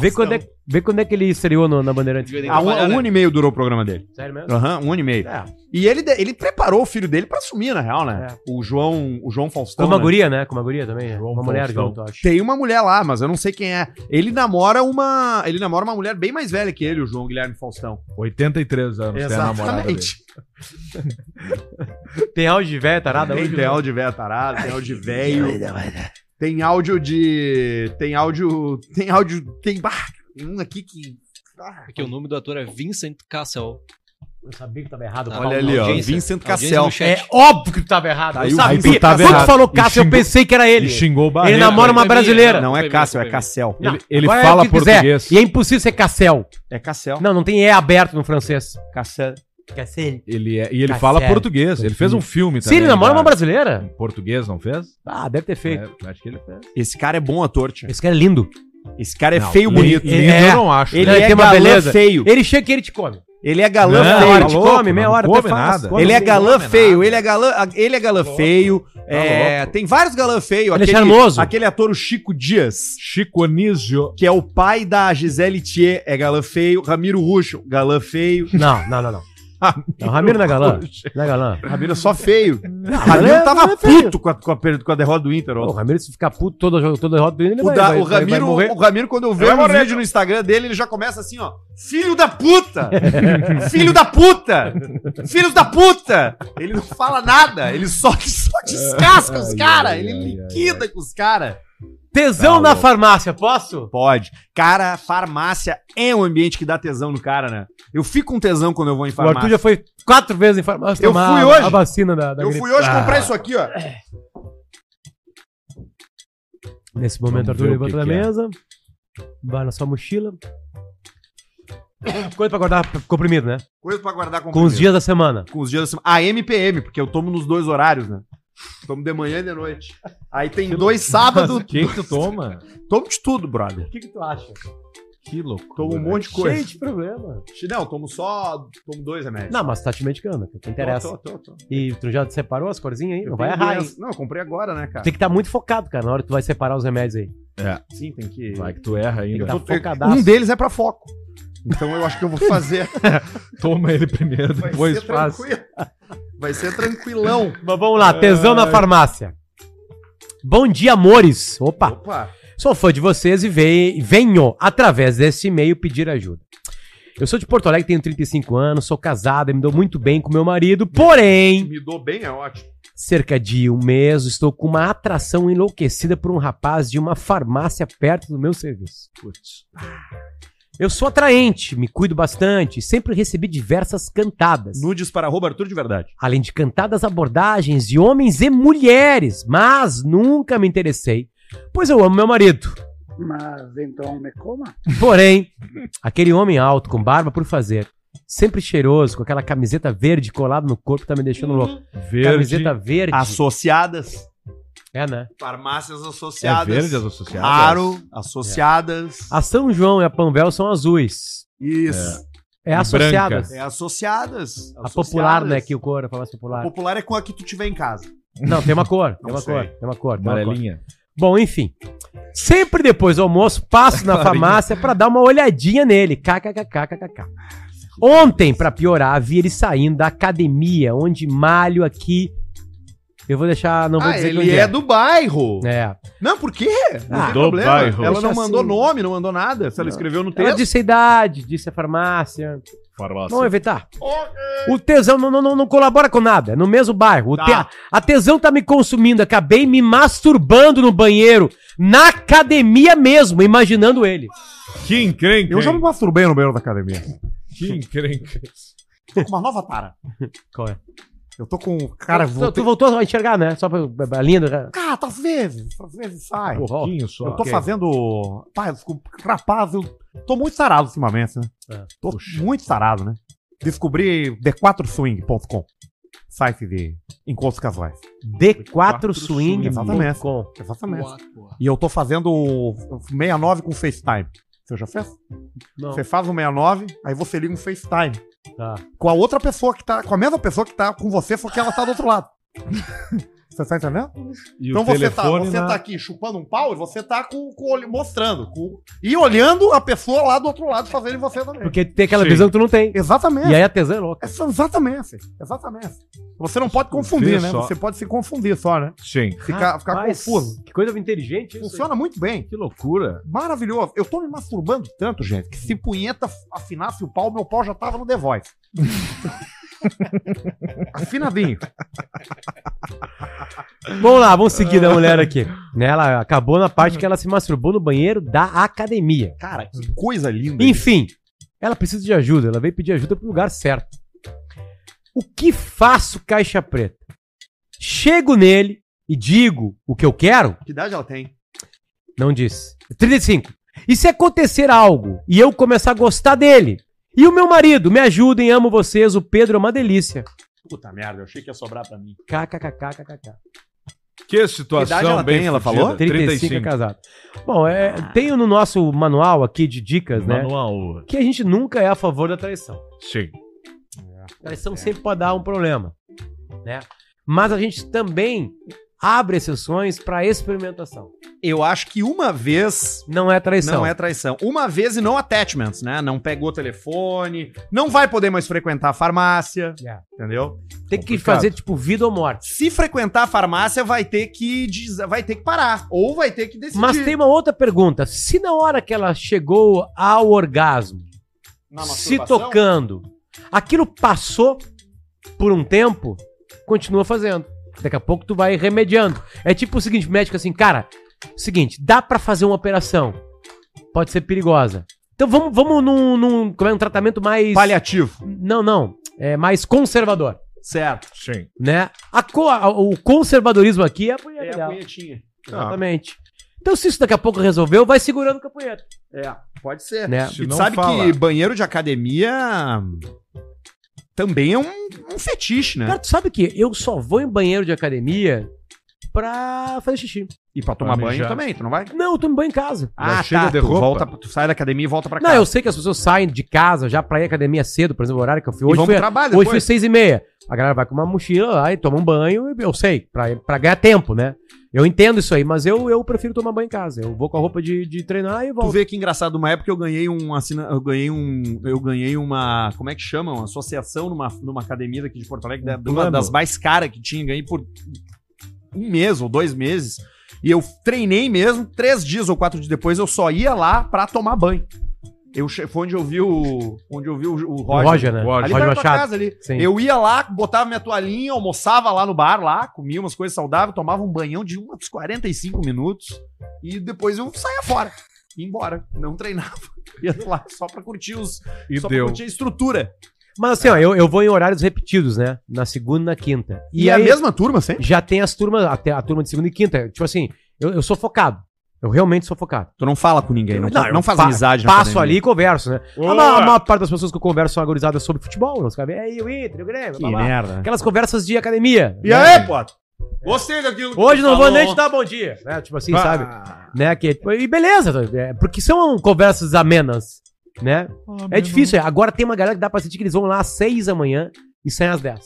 Speaker 3: Vê quando, é, vê quando é que ele estreou no- na Bandeirante.
Speaker 4: Devia nem
Speaker 1: Ah, um,
Speaker 4: trabalhar,
Speaker 1: um
Speaker 4: né?
Speaker 1: ano e meio durou o programa dele.
Speaker 3: Sério mesmo?
Speaker 1: Aham, um ano e meio.
Speaker 3: É.
Speaker 1: E ele, de- ele preparou o filho dele pra assumir, na real,
Speaker 2: É.
Speaker 1: né? O João, o João
Speaker 3: Com
Speaker 1: Faustão.
Speaker 3: uma
Speaker 1: né?
Speaker 3: guria, né? Com uma guria também.
Speaker 2: João
Speaker 3: uma mulher
Speaker 2: Faustão.
Speaker 3: junto, eu acho.
Speaker 1: Tem uma mulher lá, mas eu não sei quem é. Ele namora uma, ele namora uma mulher bem mais velha que ele, o João Guilherme Faustão. é
Speaker 2: 83 anos tem é a namorada dele.
Speaker 3: Tem áudio de véia
Speaker 2: um
Speaker 3: tarada
Speaker 1: Tem,
Speaker 3: hoje? né?
Speaker 1: tem áudio de véia tarada, tem áudio de velho. Tem áudio de. Tem áudio. Tem áudio. Tem. Bah, tem um aqui que. Ah,
Speaker 4: Porque o
Speaker 3: um
Speaker 4: nome do ator é Vincent Cassel.
Speaker 3: Eu sabia que tava errado.
Speaker 4: Tá.
Speaker 3: Paulo.
Speaker 1: olha ali, ó.
Speaker 4: audiência.
Speaker 1: Vincent
Speaker 4: Audiência
Speaker 1: Cassel.
Speaker 4: no
Speaker 3: É
Speaker 4: chat.
Speaker 3: óbvio que tu tava errado.
Speaker 1: Aí
Speaker 3: eu
Speaker 1: o-
Speaker 3: sabia.
Speaker 2: Tá aí tu tava
Speaker 3: Quando
Speaker 2: errado.
Speaker 3: falou
Speaker 2: E
Speaker 3: Cássio, eu
Speaker 2: xingou-
Speaker 3: pensei que era
Speaker 2: Ele
Speaker 3: ele.
Speaker 2: xingou o Barreto.
Speaker 3: Ele namora uma
Speaker 4: Foi pra mim,
Speaker 3: brasileira.
Speaker 1: Não é
Speaker 4: Foi
Speaker 1: Cássio,
Speaker 4: bem,
Speaker 1: é
Speaker 4: foi
Speaker 1: Cassel.
Speaker 3: Não,
Speaker 2: Ele- ele
Speaker 3: qual é
Speaker 2: fala
Speaker 3: o que quiser.
Speaker 2: português.
Speaker 3: E é impossível ser Cassel.
Speaker 1: É Cassel.
Speaker 3: Não, não tem E aberto no francês.
Speaker 1: Cassel.
Speaker 3: Cassel.
Speaker 2: Ele é, e ele
Speaker 3: Tá
Speaker 2: fala
Speaker 3: certo.
Speaker 2: português. Ele fez um filme
Speaker 3: Se ele namora é uma
Speaker 2: cara.
Speaker 3: brasileira?
Speaker 2: Português, não fez?
Speaker 3: Ah, deve ter feito.
Speaker 2: É, acho que ele fez.
Speaker 1: Esse cara é bom ator, tia.
Speaker 3: Esse cara é lindo.
Speaker 1: Esse cara é
Speaker 2: Não,
Speaker 1: feio
Speaker 2: li-
Speaker 1: bonito.
Speaker 2: Lindo
Speaker 3: É.
Speaker 2: eu não acho. né?
Speaker 1: Ele
Speaker 3: Não, ele
Speaker 1: é
Speaker 3: tem uma
Speaker 1: galã
Speaker 3: beleza.
Speaker 1: feio.
Speaker 3: Ele chega que ele te come.
Speaker 1: Ele é galã
Speaker 2: Não,
Speaker 1: feio.
Speaker 2: tá
Speaker 3: te
Speaker 2: louco,
Speaker 3: come, meia
Speaker 2: não
Speaker 3: hora,
Speaker 2: come
Speaker 3: até faz.
Speaker 2: nada.
Speaker 3: Come.
Speaker 1: Ele é
Speaker 3: Não
Speaker 1: galã
Speaker 2: come
Speaker 1: feio,
Speaker 2: nada.
Speaker 1: ele é galã, ele é galã feio. é,
Speaker 2: louco.
Speaker 1: tem vários galã feio.
Speaker 3: Ele é charmoso.
Speaker 1: Aquele ator o Chico Dias,
Speaker 2: Chico Anísio.
Speaker 1: que é o pai da Gisele Thier, é galã feio. Ramiro Ruxo, galã feio.
Speaker 3: Não, não, não, não.
Speaker 1: Ah,
Speaker 3: Não, Ramiro não é galã. Não é galã.
Speaker 1: Ramiro é só feio.
Speaker 3: galã é-
Speaker 1: Ramiro tava
Speaker 3: galã é feio.
Speaker 1: puto com a, com a per- com a derrota do Inter.
Speaker 3: Pô, o
Speaker 1: ontem.
Speaker 3: Ramiro, se ficar puto todo jogo, todo roda, ele
Speaker 1: O,
Speaker 3: vai,
Speaker 1: da-
Speaker 3: vai,
Speaker 1: o
Speaker 3: vai- vai
Speaker 1: Ramiro,
Speaker 3: morrer.
Speaker 1: o Ramiro, quando eu vejo
Speaker 2: Vai
Speaker 1: um
Speaker 2: morrer.
Speaker 1: vídeo no Instagram dele, ele já começa assim, ó. Filho da puta! Filho da puta! Filhos da puta! Ele não fala nada, ele só, só descasca os
Speaker 2: Ai,
Speaker 1: caras,
Speaker 2: ai,
Speaker 1: ele
Speaker 2: ai,
Speaker 1: liquida com os caras.
Speaker 3: Tesão
Speaker 2: Tá
Speaker 3: na
Speaker 2: louco.
Speaker 3: farmácia, posso?
Speaker 1: Pode. Cara, farmácia é um ambiente que dá tesão no cara, né? Eu fico com tesão quando eu vou em
Speaker 3: O Arthur
Speaker 1: farmácia.
Speaker 3: já foi quatro vezes em farmácia
Speaker 1: Eu fui hoje.
Speaker 3: a vacina da, da
Speaker 1: Eu
Speaker 3: gripe.
Speaker 1: fui hoje
Speaker 3: Ah.
Speaker 1: comprar isso aqui, ó.
Speaker 3: Nesse momento,
Speaker 2: Vamos
Speaker 3: Arthur
Speaker 2: ver o
Speaker 3: levanta
Speaker 2: que
Speaker 3: da
Speaker 2: que é.
Speaker 3: mesa, vai na sua mochila. Coisa pra guardar p- comprimido, né?
Speaker 1: Coisa pra guardar
Speaker 3: Com os
Speaker 1: comprimido.
Speaker 3: dias da semana.
Speaker 1: Com os dias da semana. A MPM, porque eu tomo nos dois horários, né? Tomo de manhã e de noite. Aí tem dois sábados.
Speaker 2: O que que tu toma?
Speaker 1: Tomo de tudo, brother.
Speaker 3: O que, que tu acha?
Speaker 2: Que loucura.
Speaker 1: Tomo um monte de
Speaker 3: Cheio
Speaker 1: coisa.
Speaker 3: de problema.
Speaker 1: Não, tomo só. Tomo dois remédios.
Speaker 3: Não, mas tá te medicando, que interessa.
Speaker 1: Tô, tô, tô, tô.
Speaker 3: E tu já separou as corzinhas aí?
Speaker 1: Eu
Speaker 3: não vai
Speaker 1: tenho
Speaker 3: errar, hein?
Speaker 1: doença. Não, eu comprei agora, né, cara?
Speaker 3: Tem que estar muito focado, cara, na hora que tu vai separar os remédios aí.
Speaker 1: Sim, tem que.
Speaker 2: Vai que tu erra
Speaker 3: Tem que
Speaker 2: ainda.
Speaker 3: estar
Speaker 1: Eu-
Speaker 3: focadaço.
Speaker 1: Um deles é pra foco. Então eu acho que eu vou fazer.
Speaker 2: Toma ele primeiro,
Speaker 1: Vai
Speaker 2: depois
Speaker 1: ser
Speaker 2: faz.
Speaker 1: tranquilo. Vai ser tranquilão.
Speaker 3: Mas vamos lá, tesão na farmácia. Bom dia, amores. Opa,
Speaker 1: Opa.
Speaker 3: sou fã de vocês e ve- venho, através desse e-mail, pedir ajuda. Eu sou de Porto Alegre, tenho 35 anos, sou casada, me dou muito bem com meu marido, porém,
Speaker 1: Me dou bem, é ótimo.
Speaker 3: cerca de um mês, estou com uma atração enlouquecida por um rapaz de uma farmácia perto do meu serviço.
Speaker 2: Putz.
Speaker 3: Eu sou atraente, me cuido bastante, sempre recebi diversas cantadas.
Speaker 1: Nudes para arroba Arthur de verdade.
Speaker 3: além de cantadas abordagens de homens e mulheres, mas nunca me interessei, pois eu amo meu marido.
Speaker 5: Mas então me coma.
Speaker 3: Porém, aquele homem alto com barba por fazer, sempre cheiroso, com aquela camiseta verde colada no corpo, tá me deixando louco.
Speaker 2: Verde.
Speaker 3: Camiseta verde.
Speaker 1: Associadas.
Speaker 3: É, né?
Speaker 1: Farmácias
Speaker 2: É
Speaker 1: associadas.
Speaker 2: verde as associadas.
Speaker 1: Claro, associadas.
Speaker 3: A São João e a Panvel são azuis.
Speaker 1: Isso.
Speaker 3: É
Speaker 2: E
Speaker 3: associadas.
Speaker 1: É, associadas.
Speaker 3: A popular, né? Que o cor, a farmácia
Speaker 1: A
Speaker 3: popular.
Speaker 1: popular é com a que tu tiver em casa.
Speaker 3: Não, tem uma cor. Tem
Speaker 1: Não
Speaker 3: uma
Speaker 1: sei.
Speaker 3: cor. Tem uma cor. Tem uma cor.
Speaker 2: Amarelinha.
Speaker 3: Bom, enfim. Sempre depois do almoço, passo na farmácia pra dar uma olhadinha nele. KKKKKK. Ontem, pra piorar, vi ele saindo da academia, onde malho aqui. Eu vou deixar, não vou
Speaker 1: Ah,
Speaker 3: dizer que
Speaker 1: ele
Speaker 3: onde
Speaker 1: é do bairro.
Speaker 3: É.
Speaker 1: Não, por quê? Não
Speaker 3: Ah,
Speaker 1: tem
Speaker 2: do
Speaker 1: problema.
Speaker 2: bairro.
Speaker 1: Ela não
Speaker 3: Deixa
Speaker 1: mandou
Speaker 3: assim.
Speaker 1: nome, não mandou nada. Se ela é escreveu no
Speaker 3: Ela
Speaker 1: texto.
Speaker 3: disse a idade, disse a farmácia.
Speaker 2: Farmácia.
Speaker 1: é
Speaker 3: Vamos evitar. O tesão não, não- não, não colabora com nada. É no mesmo bairro. O
Speaker 1: Tá.
Speaker 3: te- a tesão tá me consumindo. Acabei me masturbando no banheiro, na academia mesmo, imaginando ele.
Speaker 2: Que encrenca. hein?
Speaker 1: masturbei no banheiro da academia.
Speaker 2: Que encrenca.
Speaker 1: Tô com uma nova tara.
Speaker 3: Qual é?
Speaker 1: Eu tô com. um Cara,
Speaker 3: tu,
Speaker 1: vou.
Speaker 3: tu voltou a enxergar, né? Só pra, a linha do...
Speaker 1: Cara, tá talvez. Talvez sai.
Speaker 2: Um pouquinho só.
Speaker 1: eu tô
Speaker 2: Ok.
Speaker 1: fazendo. Pai, eu fico- rapaz, eu tô muito sarado ultimamente, né?
Speaker 3: É.
Speaker 1: Tô muito sarado, né? Descobri d4swing.com. Site de encontros casuais.
Speaker 3: né? D4swing.com.
Speaker 1: Exatamente.
Speaker 4: Quatro.
Speaker 1: E eu tô fazendo o 69 com FaceTime. Você já fez?
Speaker 3: Não.
Speaker 1: Você faz o 69, aí você liga um FaceTime.
Speaker 3: Tá.
Speaker 1: com a outra pessoa que tá. Com a mesma pessoa que tá com você, só que ela tá do outro lado. você tá entendendo?
Speaker 2: E
Speaker 1: Então
Speaker 2: o
Speaker 1: você tá,
Speaker 2: telefone
Speaker 1: você
Speaker 2: na-
Speaker 1: tá aqui chupando um pau e você tá com, com o olho- mostrando. com- e olhando a pessoa lá do outro lado fazendo em você também.
Speaker 3: Porque tem aquela
Speaker 2: Sim.
Speaker 3: visão que tu não tem.
Speaker 1: Exatamente.
Speaker 3: E aí a tesão é louca.
Speaker 1: É só- exatamente. Exatamente. Você não pode confundir,
Speaker 2: Vê
Speaker 1: né?
Speaker 2: só.
Speaker 1: Você pode se confundir só, né?
Speaker 2: Sim.
Speaker 1: Ficar, ficar
Speaker 3: Rapaz,
Speaker 1: confuso.
Speaker 3: Que coisa inteligente isso.
Speaker 1: Funciona muito bem.
Speaker 2: Que loucura.
Speaker 1: Maravilhoso. Eu tô me masturbando tanto, gente, que se punheta afinasse o pau, meu pau já tava no The Voice. Afinadinho.
Speaker 3: aí. Vamos lá, vamos seguir da mulher aqui. Né, Ela acabou na parte que ela se masturbou no banheiro da academia.
Speaker 1: Cara, que coisa linda.
Speaker 3: Enfim, ela precisa de ajuda. Ela veio pedir ajuda pro lugar certo. O que faço, caixa preta? Chego nele e digo o que eu quero?
Speaker 1: Que idade ela tem?
Speaker 3: Não disse. 35. E se acontecer algo e eu começar a gostar dele? E o meu marido, me ajudem, amo vocês, o Pedro é uma delícia.
Speaker 1: Puta merda, eu achei que ia sobrar pra mim.
Speaker 3: KKKKKK.
Speaker 2: Que
Speaker 1: Que idade
Speaker 2: situação
Speaker 1: ela
Speaker 2: bem
Speaker 1: tem, ela
Speaker 2: fudida.
Speaker 1: falou?
Speaker 3: 35 é casado. Bom, é, tem no nosso manual aqui de dicas, né?
Speaker 2: Manual.
Speaker 3: Que a gente nunca é a favor da traição.
Speaker 2: Sim.
Speaker 3: Traição sempre pode dar um problema, né? Mas a gente também abre exceções para experimentação.
Speaker 1: Eu acho que uma vez
Speaker 3: Não é traição.
Speaker 1: não é traição. Uma vez e não attachments, né? Não pegou o telefone, não vai poder mais frequentar a farmácia,
Speaker 3: Yeah.
Speaker 1: entendeu?
Speaker 3: É. Tem que
Speaker 2: Complicado.
Speaker 3: fazer tipo vida ou morte.
Speaker 1: Se frequentar a farmácia, vai ter que diz- vai ter que parar ou vai ter que decidir.
Speaker 3: Mas tem uma outra pergunta. Se na hora que ela chegou ao orgasmo,
Speaker 1: Na
Speaker 3: se
Speaker 1: masturbação?
Speaker 3: tocando, aquilo passou por um tempo, continua fazendo. Daqui a pouco tu vai remediando. É tipo o seguinte, médico assim, cara, seguinte, dá pra fazer uma operação. Pode ser perigosa. Então vamos, vamos num, num como é, um tratamento mais...
Speaker 1: paliativo,
Speaker 3: Não, não. É mais conservador,
Speaker 1: certo?
Speaker 2: Sim.
Speaker 3: né? A co- a- o conservadorismo aqui é a punheta
Speaker 1: É a
Speaker 3: dela.
Speaker 1: punhetinha.
Speaker 2: Ah,
Speaker 3: Exatamente. Então se isso daqui a pouco resolveu, vai segurando com a punheta.
Speaker 1: É, pode ser.
Speaker 3: Né?
Speaker 2: Se
Speaker 1: E tu
Speaker 2: não
Speaker 1: sabe
Speaker 2: fala.
Speaker 1: que banheiro de academia também é um, um fetiche, né?
Speaker 3: Cara, tu sabe que eu só vou em banheiro de academia pra fazer xixi.
Speaker 1: E pra tomar
Speaker 2: Pra
Speaker 1: banho
Speaker 2: mijar.
Speaker 1: também, tu não vai? tá,
Speaker 3: Não, eu tomo banho em casa.
Speaker 2: Já chega de
Speaker 1: tu,
Speaker 2: roupa.
Speaker 1: volta, tu sai da academia e volta Ah, pra
Speaker 3: Não,
Speaker 1: casa.
Speaker 3: eu sei que as pessoas saem de casa já pra ir à academia cedo, por exemplo, o horário que eu fui.
Speaker 1: e
Speaker 3: Hoje
Speaker 1: vamos pro
Speaker 3: foi,
Speaker 1: trabalho
Speaker 3: hoje
Speaker 1: depois.
Speaker 3: foi seis e meia. A galera vai com uma mochila lá e toma um banho, eu sei, pra, pra ganhar tempo, né? Eu entendo isso aí, mas eu, eu prefiro tomar banho em casa. Eu vou com a roupa de, de treinar e
Speaker 1: Tu
Speaker 3: volto.
Speaker 1: vê que engraçado, uma época eu ganhei um assina... eu ganhei um eu ganhei uma, como é que chama? Uma associação numa, numa academia daqui de Porto Alegre, da- uma
Speaker 2: plano.
Speaker 1: das mais caras que tinha, ganhei por um mês ou dois meses. E eu treinei mesmo, três dias ou quatro dias depois eu só ia lá pra tomar banho. Eu, che- foi onde eu vi o onde eu vi o, o
Speaker 3: O
Speaker 1: Roger.
Speaker 3: Roger, né?
Speaker 2: Roger.
Speaker 1: Ali
Speaker 3: Roger,
Speaker 1: perto da tua
Speaker 3: Machado.
Speaker 1: casa ali.
Speaker 3: Sim.
Speaker 1: Eu ia lá, botava minha toalhinha, almoçava lá no bar, lá, comia umas coisas saudáveis, tomava um banhão de uns 45 minutos e depois eu saía fora. Ia embora. Não treinava. Ia lá só pra curtir os.
Speaker 2: E
Speaker 1: só
Speaker 2: deu.
Speaker 1: pra curtir a estrutura.
Speaker 3: Mas assim, ó, eu, eu vou em horários repetidos, né? Na segunda e na quinta.
Speaker 1: E, a mesma turma sempre?
Speaker 3: já tem as turmas, até a turma de segunda e quinta. Tipo assim, eu, eu sou focado. Eu realmente sou focado.
Speaker 1: Tu não fala com ninguém, não,
Speaker 3: Não,
Speaker 1: não,
Speaker 3: eu
Speaker 1: faz
Speaker 3: pa-
Speaker 1: amizade, na
Speaker 3: Passo ali
Speaker 1: academia.
Speaker 3: e converso, né? A ma- a maior,
Speaker 2: Olá!
Speaker 3: parte das pessoas que eu converso são agorizadas sobre futebol, não sabe? E aí, o Inter, o Grêmio, blá,
Speaker 1: Que
Speaker 3: blá.
Speaker 1: merda. né?
Speaker 3: Aquelas conversas de academia.
Speaker 1: E
Speaker 3: né?
Speaker 1: aí, pô? Gostei daquilo. que
Speaker 3: Hoje
Speaker 1: tu
Speaker 3: não vou
Speaker 1: falou.
Speaker 3: nem te dar bom dia. Né? Tipo assim,
Speaker 2: Ah,
Speaker 3: sabe? Né? Que, é tipo, e beleza, é, porque são conversas amenas,
Speaker 1: Ah,
Speaker 3: né? É difícil. é. Agora tem uma galera que dá pra sentir que eles vão lá às seis da manhã e saem às dez.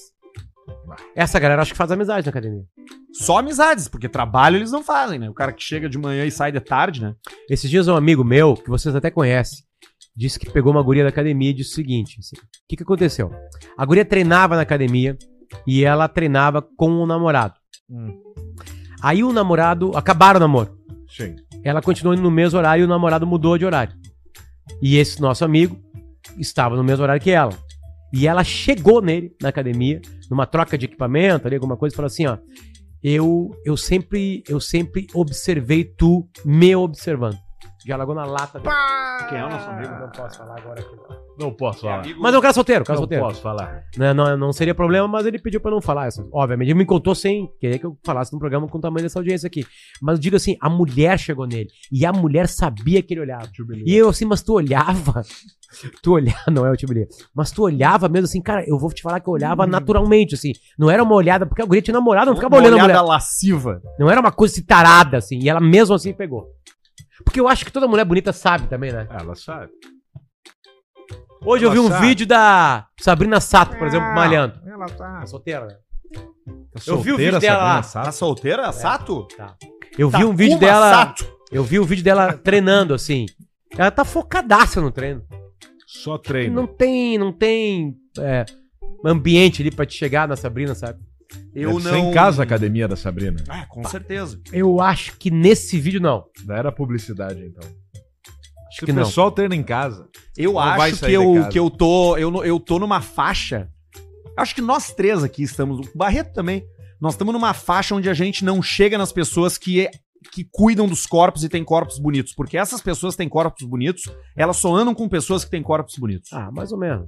Speaker 3: Essa galera acho que faz amizade na academia.
Speaker 1: Só amizades, porque trabalho eles não fazem, né? O cara que chega de manhã e sai de tarde, né?
Speaker 3: Esses dias um amigo meu, que vocês até conhecem, disse que pegou uma guria da academia e disse o seguinte: assim, o que, que aconteceu? A guria treinava na academia e ela treinava com o namorado.
Speaker 2: Hum.
Speaker 3: Aí o namorado. Acabaram o namoro.
Speaker 2: Sim.
Speaker 3: Ela continuou indo no mesmo horário e o namorado mudou de horário. E esse nosso amigo estava no mesmo horário que ela. E ela chegou nele na academia, numa troca de equipamento, ali alguma coisa, e falou assim: ó, eu, eu sempre eu sempre observei tu me observando. Já largou na lata. dele.
Speaker 1: Quem é o nosso amigo?
Speaker 3: Não posso falar agora. aqui, não.
Speaker 2: Não posso falar.
Speaker 1: Amigo-
Speaker 3: Mas é um cara solteiro, cara
Speaker 2: Não
Speaker 3: solteiro.
Speaker 2: posso falar.
Speaker 3: Não, Né, não, não seria problema, mas ele pediu pra eu não falar isso. Obviamente, ele me contou sem querer que eu falasse no programa com o tamanho dessa audiência aqui. Mas eu digo assim, a mulher chegou nele e a mulher sabia que ele olhava. E eu assim, mas tu olhava? Tu olhava, não é o Tibulia. Mas tu olhava mesmo assim, cara, eu vou te falar que eu olhava naturalmente, assim. Não era uma olhada, porque a guria tinha namorado, não ficava
Speaker 1: Hum. Uma
Speaker 3: olhando a mulher.
Speaker 1: olhada lasciva.
Speaker 3: Não era uma coisa assim, tarada, assim. E ela mesmo assim pegou. Porque eu acho que toda mulher bonita sabe também, né?
Speaker 2: Ela sabe.
Speaker 3: Hoje eu vi um
Speaker 2: Ela sabe.
Speaker 3: vídeo da Sabrina Sato, por exemplo, malhando.
Speaker 2: Ela tá.
Speaker 3: Solteira, né?
Speaker 2: Eu vi o vídeo
Speaker 3: dela lá.
Speaker 1: Tá solteira? Sato?
Speaker 3: Eu vi um vídeo
Speaker 1: Takuma
Speaker 3: dela.
Speaker 1: Tá Sato.
Speaker 3: Eu vi o vídeo dela treinando, assim. Ela tá focadaça no treino.
Speaker 2: Só treino.
Speaker 3: Não tem, não tem é, ambiente ali pra te chegar na Sabrina, sabe?
Speaker 1: Eu
Speaker 2: Deve
Speaker 1: não.
Speaker 2: ser em casa a academia da Sabrina.
Speaker 1: Ah, com certeza.
Speaker 3: Eu acho que nesse vídeo não.
Speaker 2: Daí era publicidade, então. Acho
Speaker 3: que não.
Speaker 2: O pessoal treina em casa.
Speaker 1: Eu
Speaker 2: Não vai
Speaker 1: acho
Speaker 2: sair
Speaker 1: que
Speaker 2: de
Speaker 1: eu,
Speaker 2: casa.
Speaker 1: que eu tô. Eu, no- eu tô numa faixa. Acho que nós três aqui estamos. O Barreto também. Nós estamos numa faixa onde a gente não chega nas pessoas que, é, que cuidam dos corpos e têm corpos bonitos. Porque essas pessoas que têm corpos bonitos, elas só andam com pessoas que têm corpos bonitos. Ah,
Speaker 3: Ah, mais ou menos.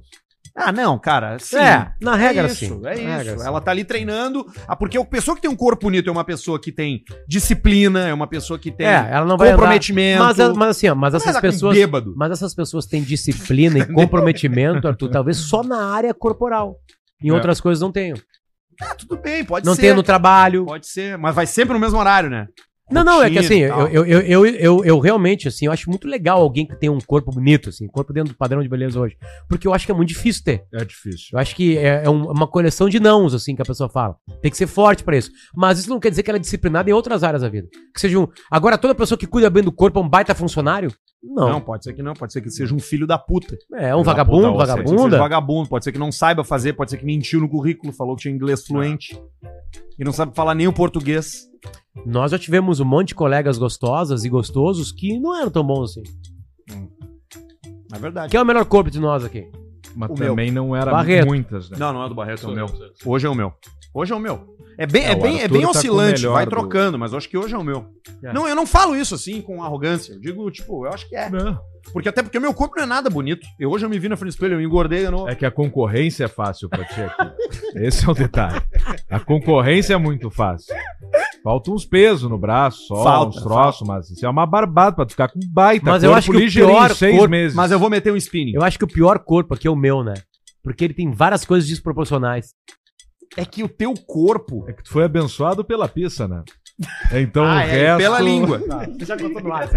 Speaker 1: não, cara. Sim.
Speaker 3: É, na regra
Speaker 1: é isso,
Speaker 3: sim.
Speaker 1: É
Speaker 3: Na
Speaker 1: isso.
Speaker 3: regra, assim. sim.
Speaker 1: Ela tá ali treinando. Ah, porque a pessoa que tem um corpo bonito é uma pessoa que tem disciplina, é uma pessoa que tem
Speaker 3: É, ela não vai andar.
Speaker 1: comprometimento.
Speaker 3: Mas, a- mas assim, ó, mas
Speaker 1: Não vai
Speaker 3: essas
Speaker 1: andar com
Speaker 3: pessoas.
Speaker 1: Bêbado.
Speaker 3: Mas essas pessoas têm disciplina e comprometimento, Arthur, talvez só na área corporal. Em
Speaker 2: É.
Speaker 3: outras coisas não tenho.
Speaker 1: Ah, tudo bem, pode
Speaker 3: não
Speaker 1: ser.
Speaker 3: tenho no trabalho.
Speaker 1: Pode ser, mas vai sempre no mesmo horário, né?
Speaker 3: Não, não, é que
Speaker 1: rotina
Speaker 3: assim,
Speaker 1: e
Speaker 3: eu,
Speaker 1: tal.
Speaker 3: eu, eu, eu, eu, eu realmente, assim, eu acho muito legal alguém que tem um corpo bonito, assim, corpo dentro do padrão de beleza hoje. Porque eu acho que é muito difícil ter.
Speaker 2: É difícil.
Speaker 3: Eu acho que é, é um- uma coleção de nãos, assim, que a pessoa fala. Tem que ser forte pra isso. Mas isso não quer dizer que ela é disciplinada em outras áreas da vida. Que seja um. Agora, toda pessoa que cuida bem do corpo é um baita funcionário?
Speaker 1: Não.
Speaker 3: Não.
Speaker 1: pode ser que não, pode ser que seja um filho da puta.
Speaker 3: É
Speaker 2: Filho
Speaker 3: um
Speaker 2: da
Speaker 3: vagabundo,
Speaker 2: puta, você-
Speaker 1: Pode ser que seja
Speaker 3: vagabunda.
Speaker 1: vagabundo, pode ser que não saiba fazer, pode ser que mentiu no currículo, falou que tinha inglês fluente e não sabe falar nem o português.
Speaker 3: Nós já tivemos um monte de colegas gostosas e gostosos que não eram tão bons assim.
Speaker 1: É verdade.
Speaker 3: Quem é o melhor corpo de nós aqui?
Speaker 2: Mas
Speaker 1: O
Speaker 2: também não era
Speaker 3: Barreto.
Speaker 2: muitas, né?
Speaker 1: Não, não é do Barreto, é o meu.
Speaker 4: Sou eu, sou
Speaker 1: Hoje é o meu. Hoje é o meu. É bem, é,
Speaker 2: É, o
Speaker 1: bem, é
Speaker 2: Arthur
Speaker 1: bem
Speaker 2: tá com o
Speaker 1: oscilante,
Speaker 2: melhor
Speaker 1: vai
Speaker 2: do-
Speaker 1: trocando, mas eu acho que hoje é o meu.
Speaker 3: É.
Speaker 1: Não, eu não falo isso assim com arrogância. Eu digo, tipo, eu acho que é.
Speaker 2: Não.
Speaker 1: Porque até porque meu corpo não é nada bonito. Eu hoje eu me vi na frente do espelho, eu engordei, eu não.
Speaker 2: É que a concorrência é fácil pra ti aqui. Esse é o detalhe. A concorrência é muito fácil. Falta uns pesos no braço, só
Speaker 1: Falta,
Speaker 2: uns troços, mas isso é uma barbada pra tu ficar com um baita
Speaker 3: Mas eu
Speaker 2: corpo
Speaker 3: acho que o
Speaker 2: ligeirinho,
Speaker 3: pior
Speaker 2: seis
Speaker 3: corpo-
Speaker 2: meses.
Speaker 1: Mas eu vou meter um spinning.
Speaker 3: Eu acho que o pior corpo aqui é o meu, né? Porque ele tem várias coisas desproporcionais.
Speaker 1: É que o teu corpo
Speaker 2: É que tu foi abençoado pela pista, né? Então o
Speaker 1: Ah, é, e
Speaker 2: resto...
Speaker 1: pela língua.
Speaker 3: Já contou no ar,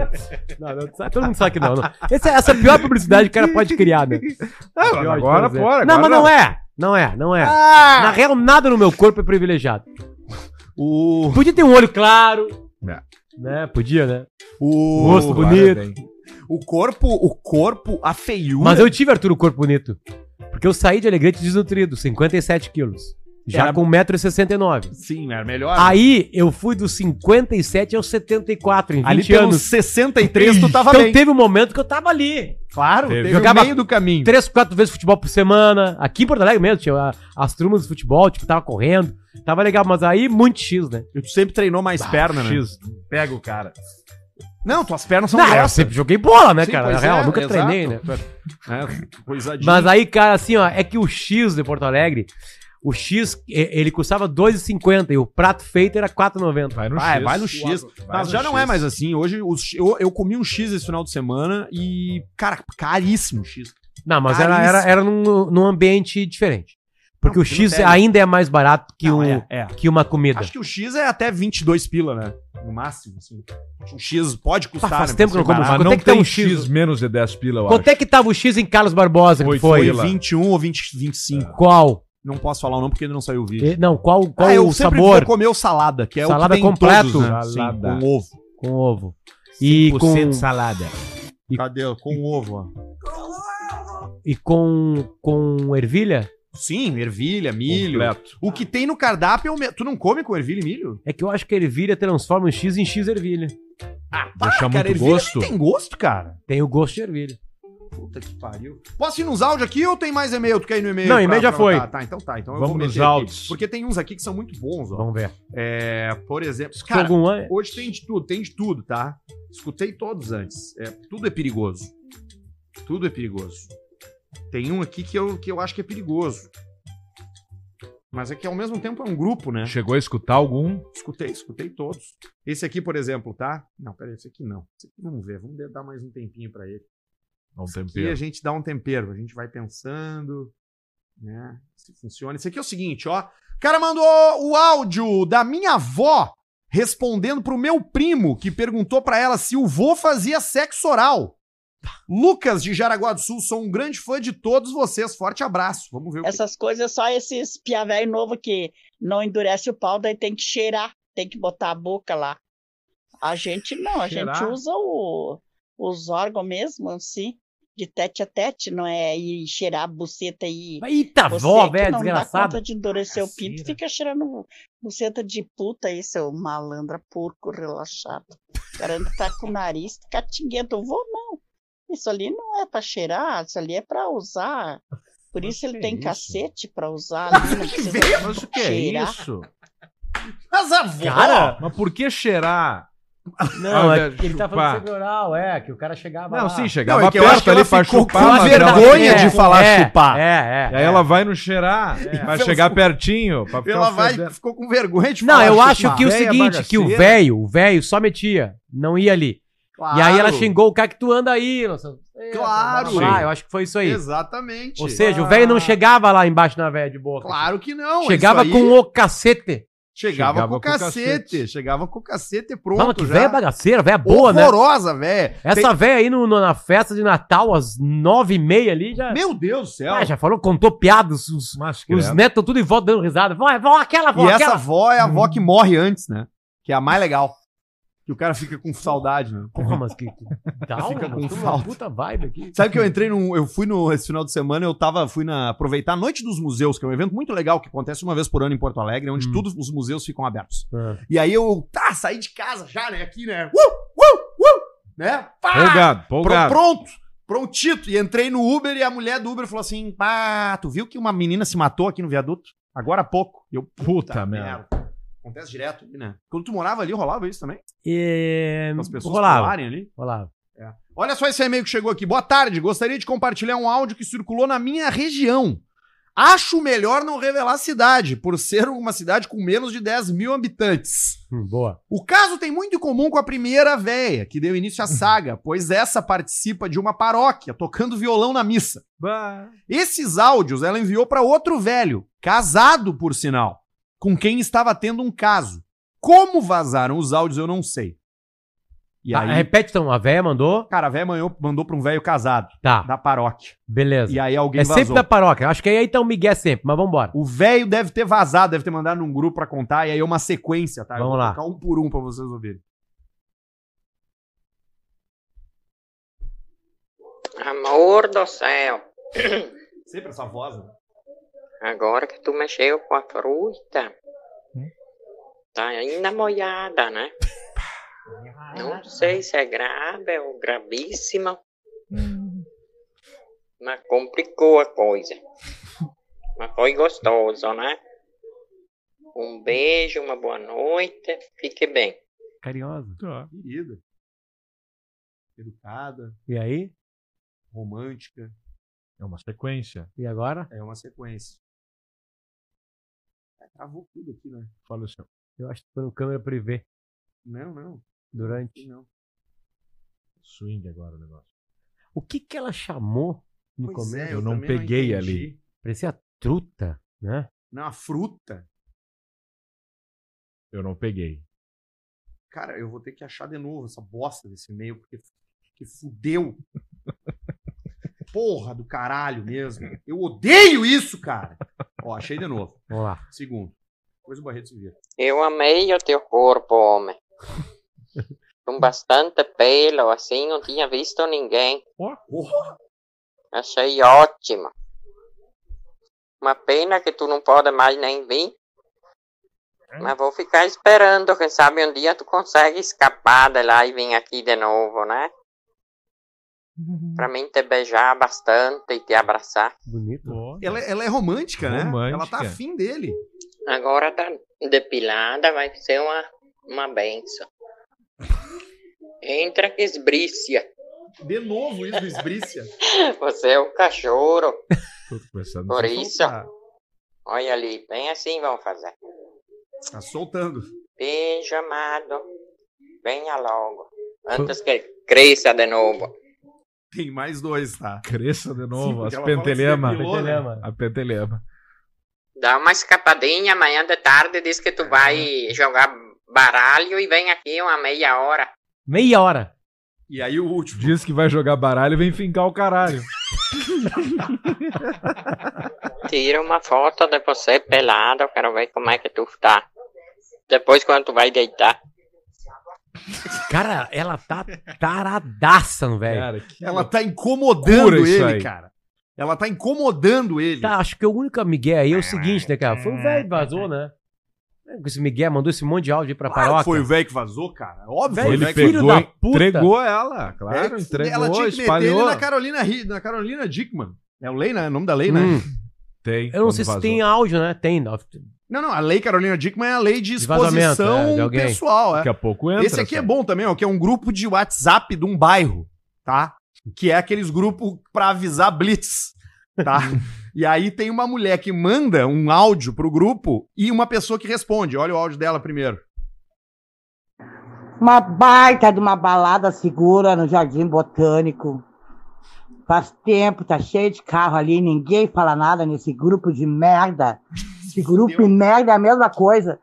Speaker 3: não, não, sabe, todo mundo sabe que não. não. Essa, essa é a pior publicidade que o cara pode criar, né?
Speaker 2: Ah, mas
Speaker 3: Pior de
Speaker 2: agora,
Speaker 3: todas, é.
Speaker 2: fora.
Speaker 3: Não, mas não é. Não é, não é.
Speaker 1: Ah!
Speaker 3: Na real, nada no meu corpo é privilegiado.
Speaker 1: O.
Speaker 3: Podia ter um olho claro.
Speaker 2: É.
Speaker 3: Né? Podia, né?
Speaker 1: O.
Speaker 3: Rosto bonito.
Speaker 1: O corpo. O corpo, a feiura.
Speaker 3: Mas eu tive, Arthur, o corpo bonito. Porque eu saí de Alegrete desnutrido, 57 quilos. Já
Speaker 1: Era-
Speaker 3: com 1,69m.
Speaker 1: Sim, era melhor.
Speaker 3: Aí eu fui dos 57 aos 74 em 20
Speaker 1: Ali pelos
Speaker 3: anos.
Speaker 1: 63 tu tava
Speaker 3: então
Speaker 1: bem.
Speaker 3: teve um momento que eu tava ali.
Speaker 1: Claro,
Speaker 2: Teve.
Speaker 1: teve
Speaker 3: Jogava-
Speaker 1: o meio do caminho.
Speaker 3: três, quatro vezes futebol por semana. Aqui em Porto Alegre mesmo, tinha a- as turmas de futebol, tipo, tava correndo. Tava legal, mas aí muito X, né?
Speaker 1: E Tu sempre treinou mais perna, né?
Speaker 2: X, pega o cara.
Speaker 1: Não, tuas pernas são
Speaker 3: Não, eu sempre joguei bola, né, cara? Na
Speaker 1: é,
Speaker 3: real, nunca treinei, né?
Speaker 1: né? É, coisadinha.
Speaker 3: Mas aí, cara, assim, ó, é que o X de Porto Alegre, o X, e- ele custava 2,50 e o prato feito era 4,90.
Speaker 2: Vai no
Speaker 1: Vai,
Speaker 2: X.
Speaker 1: vai no X.
Speaker 2: Vai
Speaker 1: Mas
Speaker 2: no
Speaker 1: já não
Speaker 2: X.
Speaker 1: é mais assim. Hoje os- eu, eu comi um X esse final de semana e, cara, caríssimo o X.
Speaker 3: Não, mas era, era, era num, num ambiente diferente. Porque
Speaker 1: Não,
Speaker 3: o X
Speaker 1: porque não tem.
Speaker 3: ainda é mais barato que,
Speaker 1: Não,
Speaker 3: um,
Speaker 1: é, é.
Speaker 3: que uma comida.
Speaker 1: Acho que o X é até 22 pila, né? No máximo, assim. O X pode
Speaker 3: Pá,
Speaker 1: custar,
Speaker 3: faz
Speaker 1: né?
Speaker 3: tempo que eu não como
Speaker 2: Mas
Speaker 3: Quanto
Speaker 2: não
Speaker 3: é que tá
Speaker 2: tem
Speaker 3: um
Speaker 2: X,
Speaker 3: X?
Speaker 2: menos de 10 pila, eu
Speaker 3: Quanto
Speaker 2: acho.
Speaker 3: é que tava o X em Carlos Barbosa, que
Speaker 2: Oito,
Speaker 3: foi?
Speaker 1: Foi
Speaker 2: Pila.
Speaker 1: 21 ou 20, 25.
Speaker 3: Qual?
Speaker 1: Não posso falar o nome porque não saiu o vídeo.
Speaker 3: E- Não, qual, qual
Speaker 1: Ah, eu
Speaker 3: o
Speaker 1: sempre
Speaker 3: sabor?
Speaker 1: vou comer o salada, que é
Speaker 3: Salada
Speaker 1: o que tem em
Speaker 3: completo.
Speaker 1: todos, né? Sim,
Speaker 2: Salada.
Speaker 1: com ovo.
Speaker 3: Com ovo. E com,
Speaker 2: salada.
Speaker 3: E-
Speaker 1: Cadê? Com ovo, ó.
Speaker 3: e com, com ervilha?
Speaker 1: Sim, ervilha, milho.
Speaker 2: Completo.
Speaker 1: O que tem no cardápio é o mesmo. Tu não come com ervilha e milho?
Speaker 3: É que eu acho que ervilha transforma o X em X ervilha.
Speaker 1: Ah,
Speaker 2: Deixa É muito
Speaker 1: ervilha
Speaker 2: gosto.
Speaker 1: nem tem gosto, cara.
Speaker 3: Tem o gosto de ervilha.
Speaker 1: Puta que pariu. Posso ir nos áudios aqui ou tem mais e-mail? Tu quer ir no e-mail?
Speaker 3: Não, e-mail
Speaker 1: Pra-
Speaker 3: já
Speaker 1: pra-
Speaker 3: foi.
Speaker 1: Tá, tá, então tá. Então
Speaker 2: Vamos
Speaker 1: eu vou
Speaker 2: nos
Speaker 1: meter aqui.
Speaker 2: áudios.
Speaker 1: Porque tem uns aqui que são muito bons, ó.
Speaker 3: Vamos ver.
Speaker 1: É, por exemplo...
Speaker 3: Tem
Speaker 1: Cara,
Speaker 3: algum an-
Speaker 1: hoje tem de tudo, tem de tudo, tá? Escutei todos antes. É, tudo é perigoso. Tudo é perigoso. Tem um aqui que eu, que eu acho que é perigoso. Mas é que ao mesmo tempo é um grupo, né?
Speaker 2: Chegou a escutar algum?
Speaker 1: Escutei, escutei todos. Esse aqui, por exemplo, tá? Não, peraí, esse aqui não. Esse aqui vamos ver, vamos de- dar mais um tempinho pra ele.
Speaker 2: Não tem
Speaker 1: Aqui a gente dá um tempero, a gente vai pensando, né? Se funciona. Esse aqui é o seguinte, ó. O cara mandou o áudio da minha avó respondendo pro meu primo, que perguntou pra ela se o vô fazia sexo oral. Lucas de Jaraguá do Sul, sou um grande fã de todos vocês. Forte abraço. Vamos ver o que
Speaker 6: Essas coisas, só esses piavé novo que não endurece o pau, daí tem que cheirar, tem que botar a boca lá. A gente não, a
Speaker 2: Cheirar?
Speaker 6: gente usa o- os órgãos mesmo, assim, de tete a tete, não é ir cheirar a buceta e.
Speaker 3: Eita,
Speaker 6: Você é
Speaker 3: vó,
Speaker 6: que
Speaker 3: velho,
Speaker 6: não dá
Speaker 3: desgraçado.
Speaker 6: conta de endurecer o pinto,
Speaker 2: Cacera.
Speaker 6: fica cheirando buceta de puta aí, seu malandra porco relaxado. O cara ainda tá com o nariz catinguento. Vou não. Isso ali não é pra cheirar, isso ali é pra usar. Por isso ele
Speaker 2: que é
Speaker 6: tem
Speaker 2: isso?
Speaker 6: casete pra usar ali. Não precisa
Speaker 2: Mas o que é
Speaker 6: cheirar.
Speaker 2: isso?
Speaker 1: Mas a avó!
Speaker 3: Cara,
Speaker 2: Mas por que cheirar?
Speaker 3: não,
Speaker 2: Ah,
Speaker 3: é
Speaker 2: de
Speaker 3: que ele tá
Speaker 2: chupar.
Speaker 3: falando sexo oral, é, que o cara chegava
Speaker 2: Não,
Speaker 3: lá.
Speaker 2: sim,
Speaker 1: Não,
Speaker 2: chegava
Speaker 1: é que eu acho
Speaker 2: perto
Speaker 1: que
Speaker 2: ali
Speaker 1: ela
Speaker 2: pra
Speaker 1: ficou com
Speaker 2: chupar. mas
Speaker 1: vergonha
Speaker 2: ela-
Speaker 1: vergonha de
Speaker 2: É.
Speaker 1: falar
Speaker 3: é,
Speaker 1: chupar.
Speaker 3: É,
Speaker 2: E
Speaker 3: é.
Speaker 2: aí ela vai no cheirar,
Speaker 1: É.
Speaker 2: vai chegar pertinho. Pra ficar
Speaker 1: Ela vai,
Speaker 2: fedendo.
Speaker 1: ficou com vergonha de
Speaker 3: tá Não,
Speaker 1: falar
Speaker 3: eu
Speaker 1: chupar.
Speaker 3: acho que o
Speaker 2: Véia
Speaker 3: seguinte, que o
Speaker 2: bagaceira.
Speaker 3: velho, o velho só metia, não ia ali. E aí ela
Speaker 1: Claro.
Speaker 3: xingou o cara que tu anda aí, nossa. Eita,
Speaker 1: Claro.
Speaker 3: blá, blá, blá, Ah, eu acho que foi isso aí.
Speaker 1: Exatamente.
Speaker 3: Ou seja, o velho
Speaker 6: Ah.
Speaker 3: não chegava lá embaixo na velha de boca.
Speaker 1: Claro que não.
Speaker 3: Chegava
Speaker 1: isso aí-
Speaker 3: com o cacete.
Speaker 1: Chegava,
Speaker 2: Chegava
Speaker 1: com o
Speaker 2: com
Speaker 1: cacete.
Speaker 2: cacete.
Speaker 1: Chegava com o cacete
Speaker 3: Fala
Speaker 1: pronto
Speaker 3: que
Speaker 1: já.
Speaker 3: velha bagaceira, velha é boa, né?
Speaker 1: Horrorosa, velho.
Speaker 3: Essa véia aí no- no- na festa de Natal, às nove e meia ali, já.
Speaker 1: Meu Deus do céu.
Speaker 3: Ah, já falou, contou piadas, os,
Speaker 2: Mas,
Speaker 3: os
Speaker 2: credo.
Speaker 3: netos tudo em volta dando risada. Vó, vó, aquela, vó,
Speaker 1: e essa
Speaker 3: aquela. Hum.
Speaker 1: avó é a avó que morre antes, né? Que é a mais legal. Que o cara fica com saudade, né?
Speaker 3: Porra, mas que. que da hora,
Speaker 1: Fica com
Speaker 3: mano, tô numa
Speaker 1: falta.
Speaker 3: puta vibe aqui.
Speaker 1: Sabe que eu entrei num. Eu fui no. Esse final de semana, eu tava. Fui na. Aproveitar a Noite dos Museus, que é um evento muito legal que acontece uma vez por ano em Porto Alegre, onde
Speaker 3: Hum.
Speaker 1: todos os museus ficam abertos.
Speaker 3: Ah.
Speaker 1: E aí eu. Tá, saí de casa já, né? Aqui, né? Uh! Uh! Uh! Né? Pá!
Speaker 2: Polgado,
Speaker 1: Pro,
Speaker 2: polgado.
Speaker 1: pronto, prontito. E entrei no Uber e a mulher do Uber falou assim: pá, tu viu que uma menina se matou aqui no viaduto? Agora há pouco. E eu,
Speaker 2: Puta merda.
Speaker 1: Acontece direto ali, né? Quando tu morava ali, rolava isso também?
Speaker 3: E...
Speaker 2: Hum,
Speaker 1: As pessoas
Speaker 3: Rolava,
Speaker 1: pularem ali?
Speaker 3: rolava.
Speaker 1: Olha só esse e-mail que chegou aqui. Boa tarde, gostaria de compartilhar um áudio que circulou na minha região. Acho melhor não revelar a cidade, por ser uma cidade com menos de 10 mil habitantes.
Speaker 3: Hum, boa.
Speaker 1: O caso tem muito em comum com a primeira véia, que deu início à saga, pois essa participa de uma paróquia, tocando violão na missa. Esses áudios ela enviou para outro velho, casado por sinal, com quem estava tendo um caso. Como vazaram os áudios eu não sei. E
Speaker 3: Tá,
Speaker 1: aí,
Speaker 3: repete então, a véia mandou.
Speaker 1: cara, a véia mandou, mandou para um velho casado
Speaker 3: Tá,
Speaker 1: da paróquia.
Speaker 3: beleza.
Speaker 1: E aí alguém
Speaker 3: É sempre
Speaker 1: vazou.
Speaker 3: da paróquia. Acho que aí tá o Miguel sempre, mas vambora.
Speaker 1: O velho deve ter vazado, deve ter mandado num grupo pra contar, e aí é uma sequência, tá? Eu
Speaker 3: Vamos
Speaker 1: vou
Speaker 3: lá.
Speaker 1: tocar um por um pra vocês ouvirem.
Speaker 7: Amor do céu,
Speaker 1: Sempre essa voz, né?
Speaker 7: agora que tu mexeu com a fruta, tá ainda molhada, né? Não sei se é grave ou gravíssima, mas complicou a coisa. Mas foi gostoso, né? Um beijo, uma boa noite, fique bem.
Speaker 3: Carinhosa.
Speaker 1: Querida. Educada,
Speaker 3: E aí?
Speaker 1: romântica.
Speaker 2: É uma sequência.
Speaker 3: E agora?
Speaker 1: É uma sequência. É, Travou tudo aqui, né?
Speaker 2: Fala o seu.
Speaker 3: Eu acho que foi no câmera privê
Speaker 1: Não, não.
Speaker 3: durante.
Speaker 1: Não.
Speaker 2: Swing agora o negócio.
Speaker 3: O que que ela chamou no
Speaker 1: Pois
Speaker 3: começo?
Speaker 1: é,
Speaker 2: eu não
Speaker 1: também
Speaker 2: peguei
Speaker 1: entendi.
Speaker 2: ali.
Speaker 3: Parecia truta, né?
Speaker 1: Não, a fruta.
Speaker 2: Eu não peguei.
Speaker 1: Cara, eu vou ter que achar de novo essa bosta desse e-mail, porque que fudeu. Porra do caralho mesmo. Eu odeio isso, cara. Ó, achei de novo.
Speaker 3: Vamos lá.
Speaker 1: Segundo. Depois o Barreto se vira.
Speaker 7: Eu amei o teu corpo, homem. Com bastante pelo, assim, não tinha visto ninguém.
Speaker 1: Porra.
Speaker 7: Achei ótima. Uma pena que tu não pode mais nem vir. Mas vou ficar esperando, quem sabe um dia tu consegue escapar de lá e vir aqui de novo, né? Pra mim te beijar bastante e te abraçar.
Speaker 3: Bonito.
Speaker 1: Ela, ela é romântica, né?
Speaker 2: Romântica.
Speaker 1: Ela tá afim dele.
Speaker 7: Agora tá depilada, vai ser uma, uma benção. Entra que esbrícia.
Speaker 1: De novo isso, esbrícia.
Speaker 7: Você é o cachorro.
Speaker 2: Tô começando.
Speaker 7: Por isso, é
Speaker 1: Ah.
Speaker 7: olha ali, bem assim vão fazer.
Speaker 1: Tá soltando.
Speaker 7: Beijo, amado. Venha logo. Antes que ele cresça de novo.
Speaker 1: Tem mais dois, tá?
Speaker 2: Cresça de novo,
Speaker 1: Sim,
Speaker 2: as
Speaker 1: porque ela fala que
Speaker 2: pentelemas.
Speaker 1: você é pilô, né?
Speaker 2: A pentelema.
Speaker 7: Dá uma escapadinha amanhã de tarde, diz que tu vai jogar baralho e vem aqui uma meia hora.
Speaker 3: Meia hora.
Speaker 1: E aí o último.
Speaker 2: Diz que vai jogar baralho e vem fincar o caralho.
Speaker 7: Tira uma foto de você pelado, eu quero ver como é que tu tá. Depois quando tu vai deitar.
Speaker 3: Cara, ela tá taradaça, no velho.
Speaker 2: Cara, que
Speaker 1: Ela
Speaker 2: loucura.
Speaker 1: tá incomodando
Speaker 2: Cura isso
Speaker 1: ele,
Speaker 2: aí.
Speaker 1: cara. Ela tá incomodando ele.
Speaker 3: Tá, acho que o único Miguel aí é o seguinte, né, cara? Foi o velho que vazou, né? Esse Miguel mandou esse monte de áudio aí pra
Speaker 1: Claro que
Speaker 3: paróquia.
Speaker 1: foi o velho que vazou, cara. Óbvio.
Speaker 3: Velho,
Speaker 1: foi o
Speaker 2: Ele
Speaker 1: velho que
Speaker 3: filho
Speaker 2: pegou,
Speaker 3: da puta. Hum.
Speaker 2: entregou ela, claro,
Speaker 1: É,
Speaker 2: entregou,
Speaker 1: ela tinha que
Speaker 2: espalhou.
Speaker 1: meter ele na Carolina, Ri- na Carolina Dickman. É o Lei, né? É o nome da lei, né?
Speaker 3: Hum,
Speaker 2: Tem,
Speaker 3: eu não
Speaker 2: quando
Speaker 3: sei se
Speaker 2: vazou.
Speaker 3: tem áudio, né? Tem. ó.
Speaker 1: Não, não. A Lei Carolina Dickman é a lei de
Speaker 3: De vazamento,
Speaker 1: exposição
Speaker 3: é, de alguém.
Speaker 1: pessoal. É.
Speaker 2: Daqui a pouco entra.
Speaker 1: Esse aqui é
Speaker 2: sabe?
Speaker 1: bom também, ó, que é um grupo de WhatsApp de um bairro, tá? Que é aqueles grupos pra avisar blitz, tá? e aí tem uma mulher que manda um áudio pro grupo e uma pessoa que responde. Olha o áudio dela primeiro.
Speaker 8: Uma baita de uma balada segura no Jardim Botânico. Faz tempo, tá cheio de carro ali, ninguém fala nada nesse grupo de merda. Esse grupo de merda é a mesma coisa.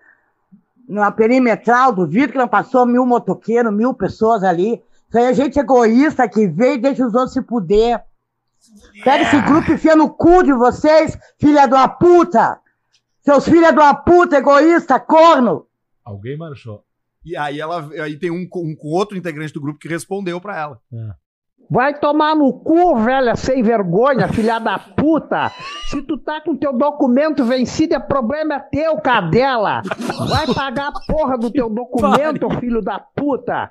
Speaker 8: Na perimetral, duvido que não passou mil motoqueiros, mil pessoas ali. Isso aí é gente egoísta que vem e deixa os outros se puder. Pega esse grupo e enfia no cu de vocês, filha de uma puta! Seus filhos de uma puta, egoísta, corno!
Speaker 2: Alguém marchou.
Speaker 1: E aí ela aí tem um com um com outro integrante do grupo que respondeu pra ela.
Speaker 5: Vai tomar no cu, velha, sem vergonha, filha da puta. Se tu tá com teu documento vencido, é problema teu, cadela. Vai pagar a porra do teu documento, filho da puta.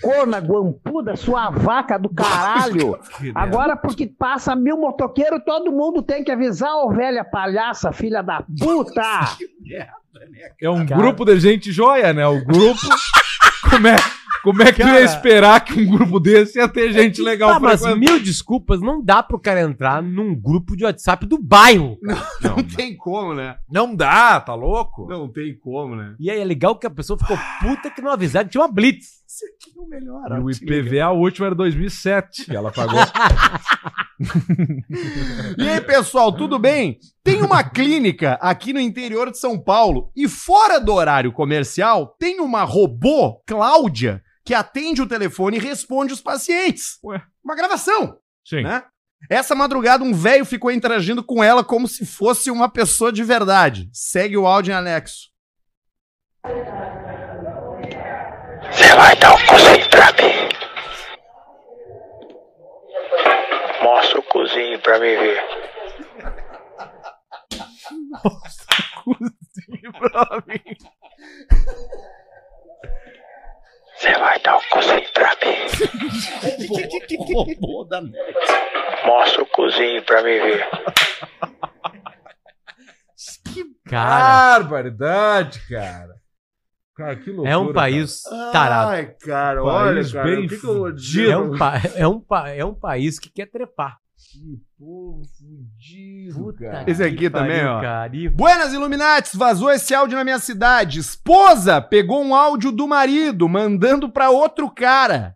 Speaker 5: Corna guampuda, sua vaca do caralho. Agora, porque passa mil motoqueiros, todo mundo tem que avisar, ô velha palhaça, filha da puta.
Speaker 2: É um
Speaker 3: Cara.
Speaker 2: grupo de gente joia, né? O grupo. como, é, como é que tu ia
Speaker 3: Cara.
Speaker 2: esperar que um grupo desse ia ter gente legal
Speaker 3: Tá, mas
Speaker 2: frequentando?
Speaker 3: mil desculpas, não dá pro cara entrar num grupo de WhatsApp do bairro.
Speaker 1: Não, tem como, né?
Speaker 2: Não dá, tá louco?
Speaker 1: Não tem como, né?
Speaker 3: E aí é legal que a pessoa ficou puta que não avisaram que tinha uma blitz.
Speaker 1: Isso aqui é o melhor.
Speaker 2: E o
Speaker 1: ó, te liga.
Speaker 2: IPVA, o último era 2007. E ela pagou.
Speaker 1: E aí, pessoal, tudo bem? Tem uma clínica aqui no interior de São Paulo e fora do horário comercial tem uma robô, Cláudia, que atende o telefone e responde os pacientes.
Speaker 2: Ué.
Speaker 1: Uma gravação.
Speaker 2: Sim.
Speaker 1: Né? Essa madrugada, um velho ficou interagindo com ela como se fosse uma pessoa de verdade. Segue o áudio em anexo.
Speaker 9: Você vai dar o cozinho pra mim. Mostra o cozinho pra mim ver. Você vai dar o cozinho pra mim.
Speaker 1: Robô da merda.
Speaker 9: Mostra o cozinho pra mim ver.
Speaker 1: Ah,
Speaker 3: Cara,
Speaker 2: Barbaridade, cara. Cara, que loucura.
Speaker 3: é um país tarado.
Speaker 1: Ai, cara, olha,
Speaker 2: País
Speaker 1: cara,
Speaker 2: bem
Speaker 1: o que, que eu vou dizer?
Speaker 3: É um, pa- é, um pa- é um país que quer trepar.
Speaker 2: Um cara.
Speaker 1: Esse aqui também, ó.
Speaker 3: Cara, e-
Speaker 1: Buenas Illuminates, vazou esse áudio na minha cidade. Esposa pegou um áudio do marido mandando pra outro cara.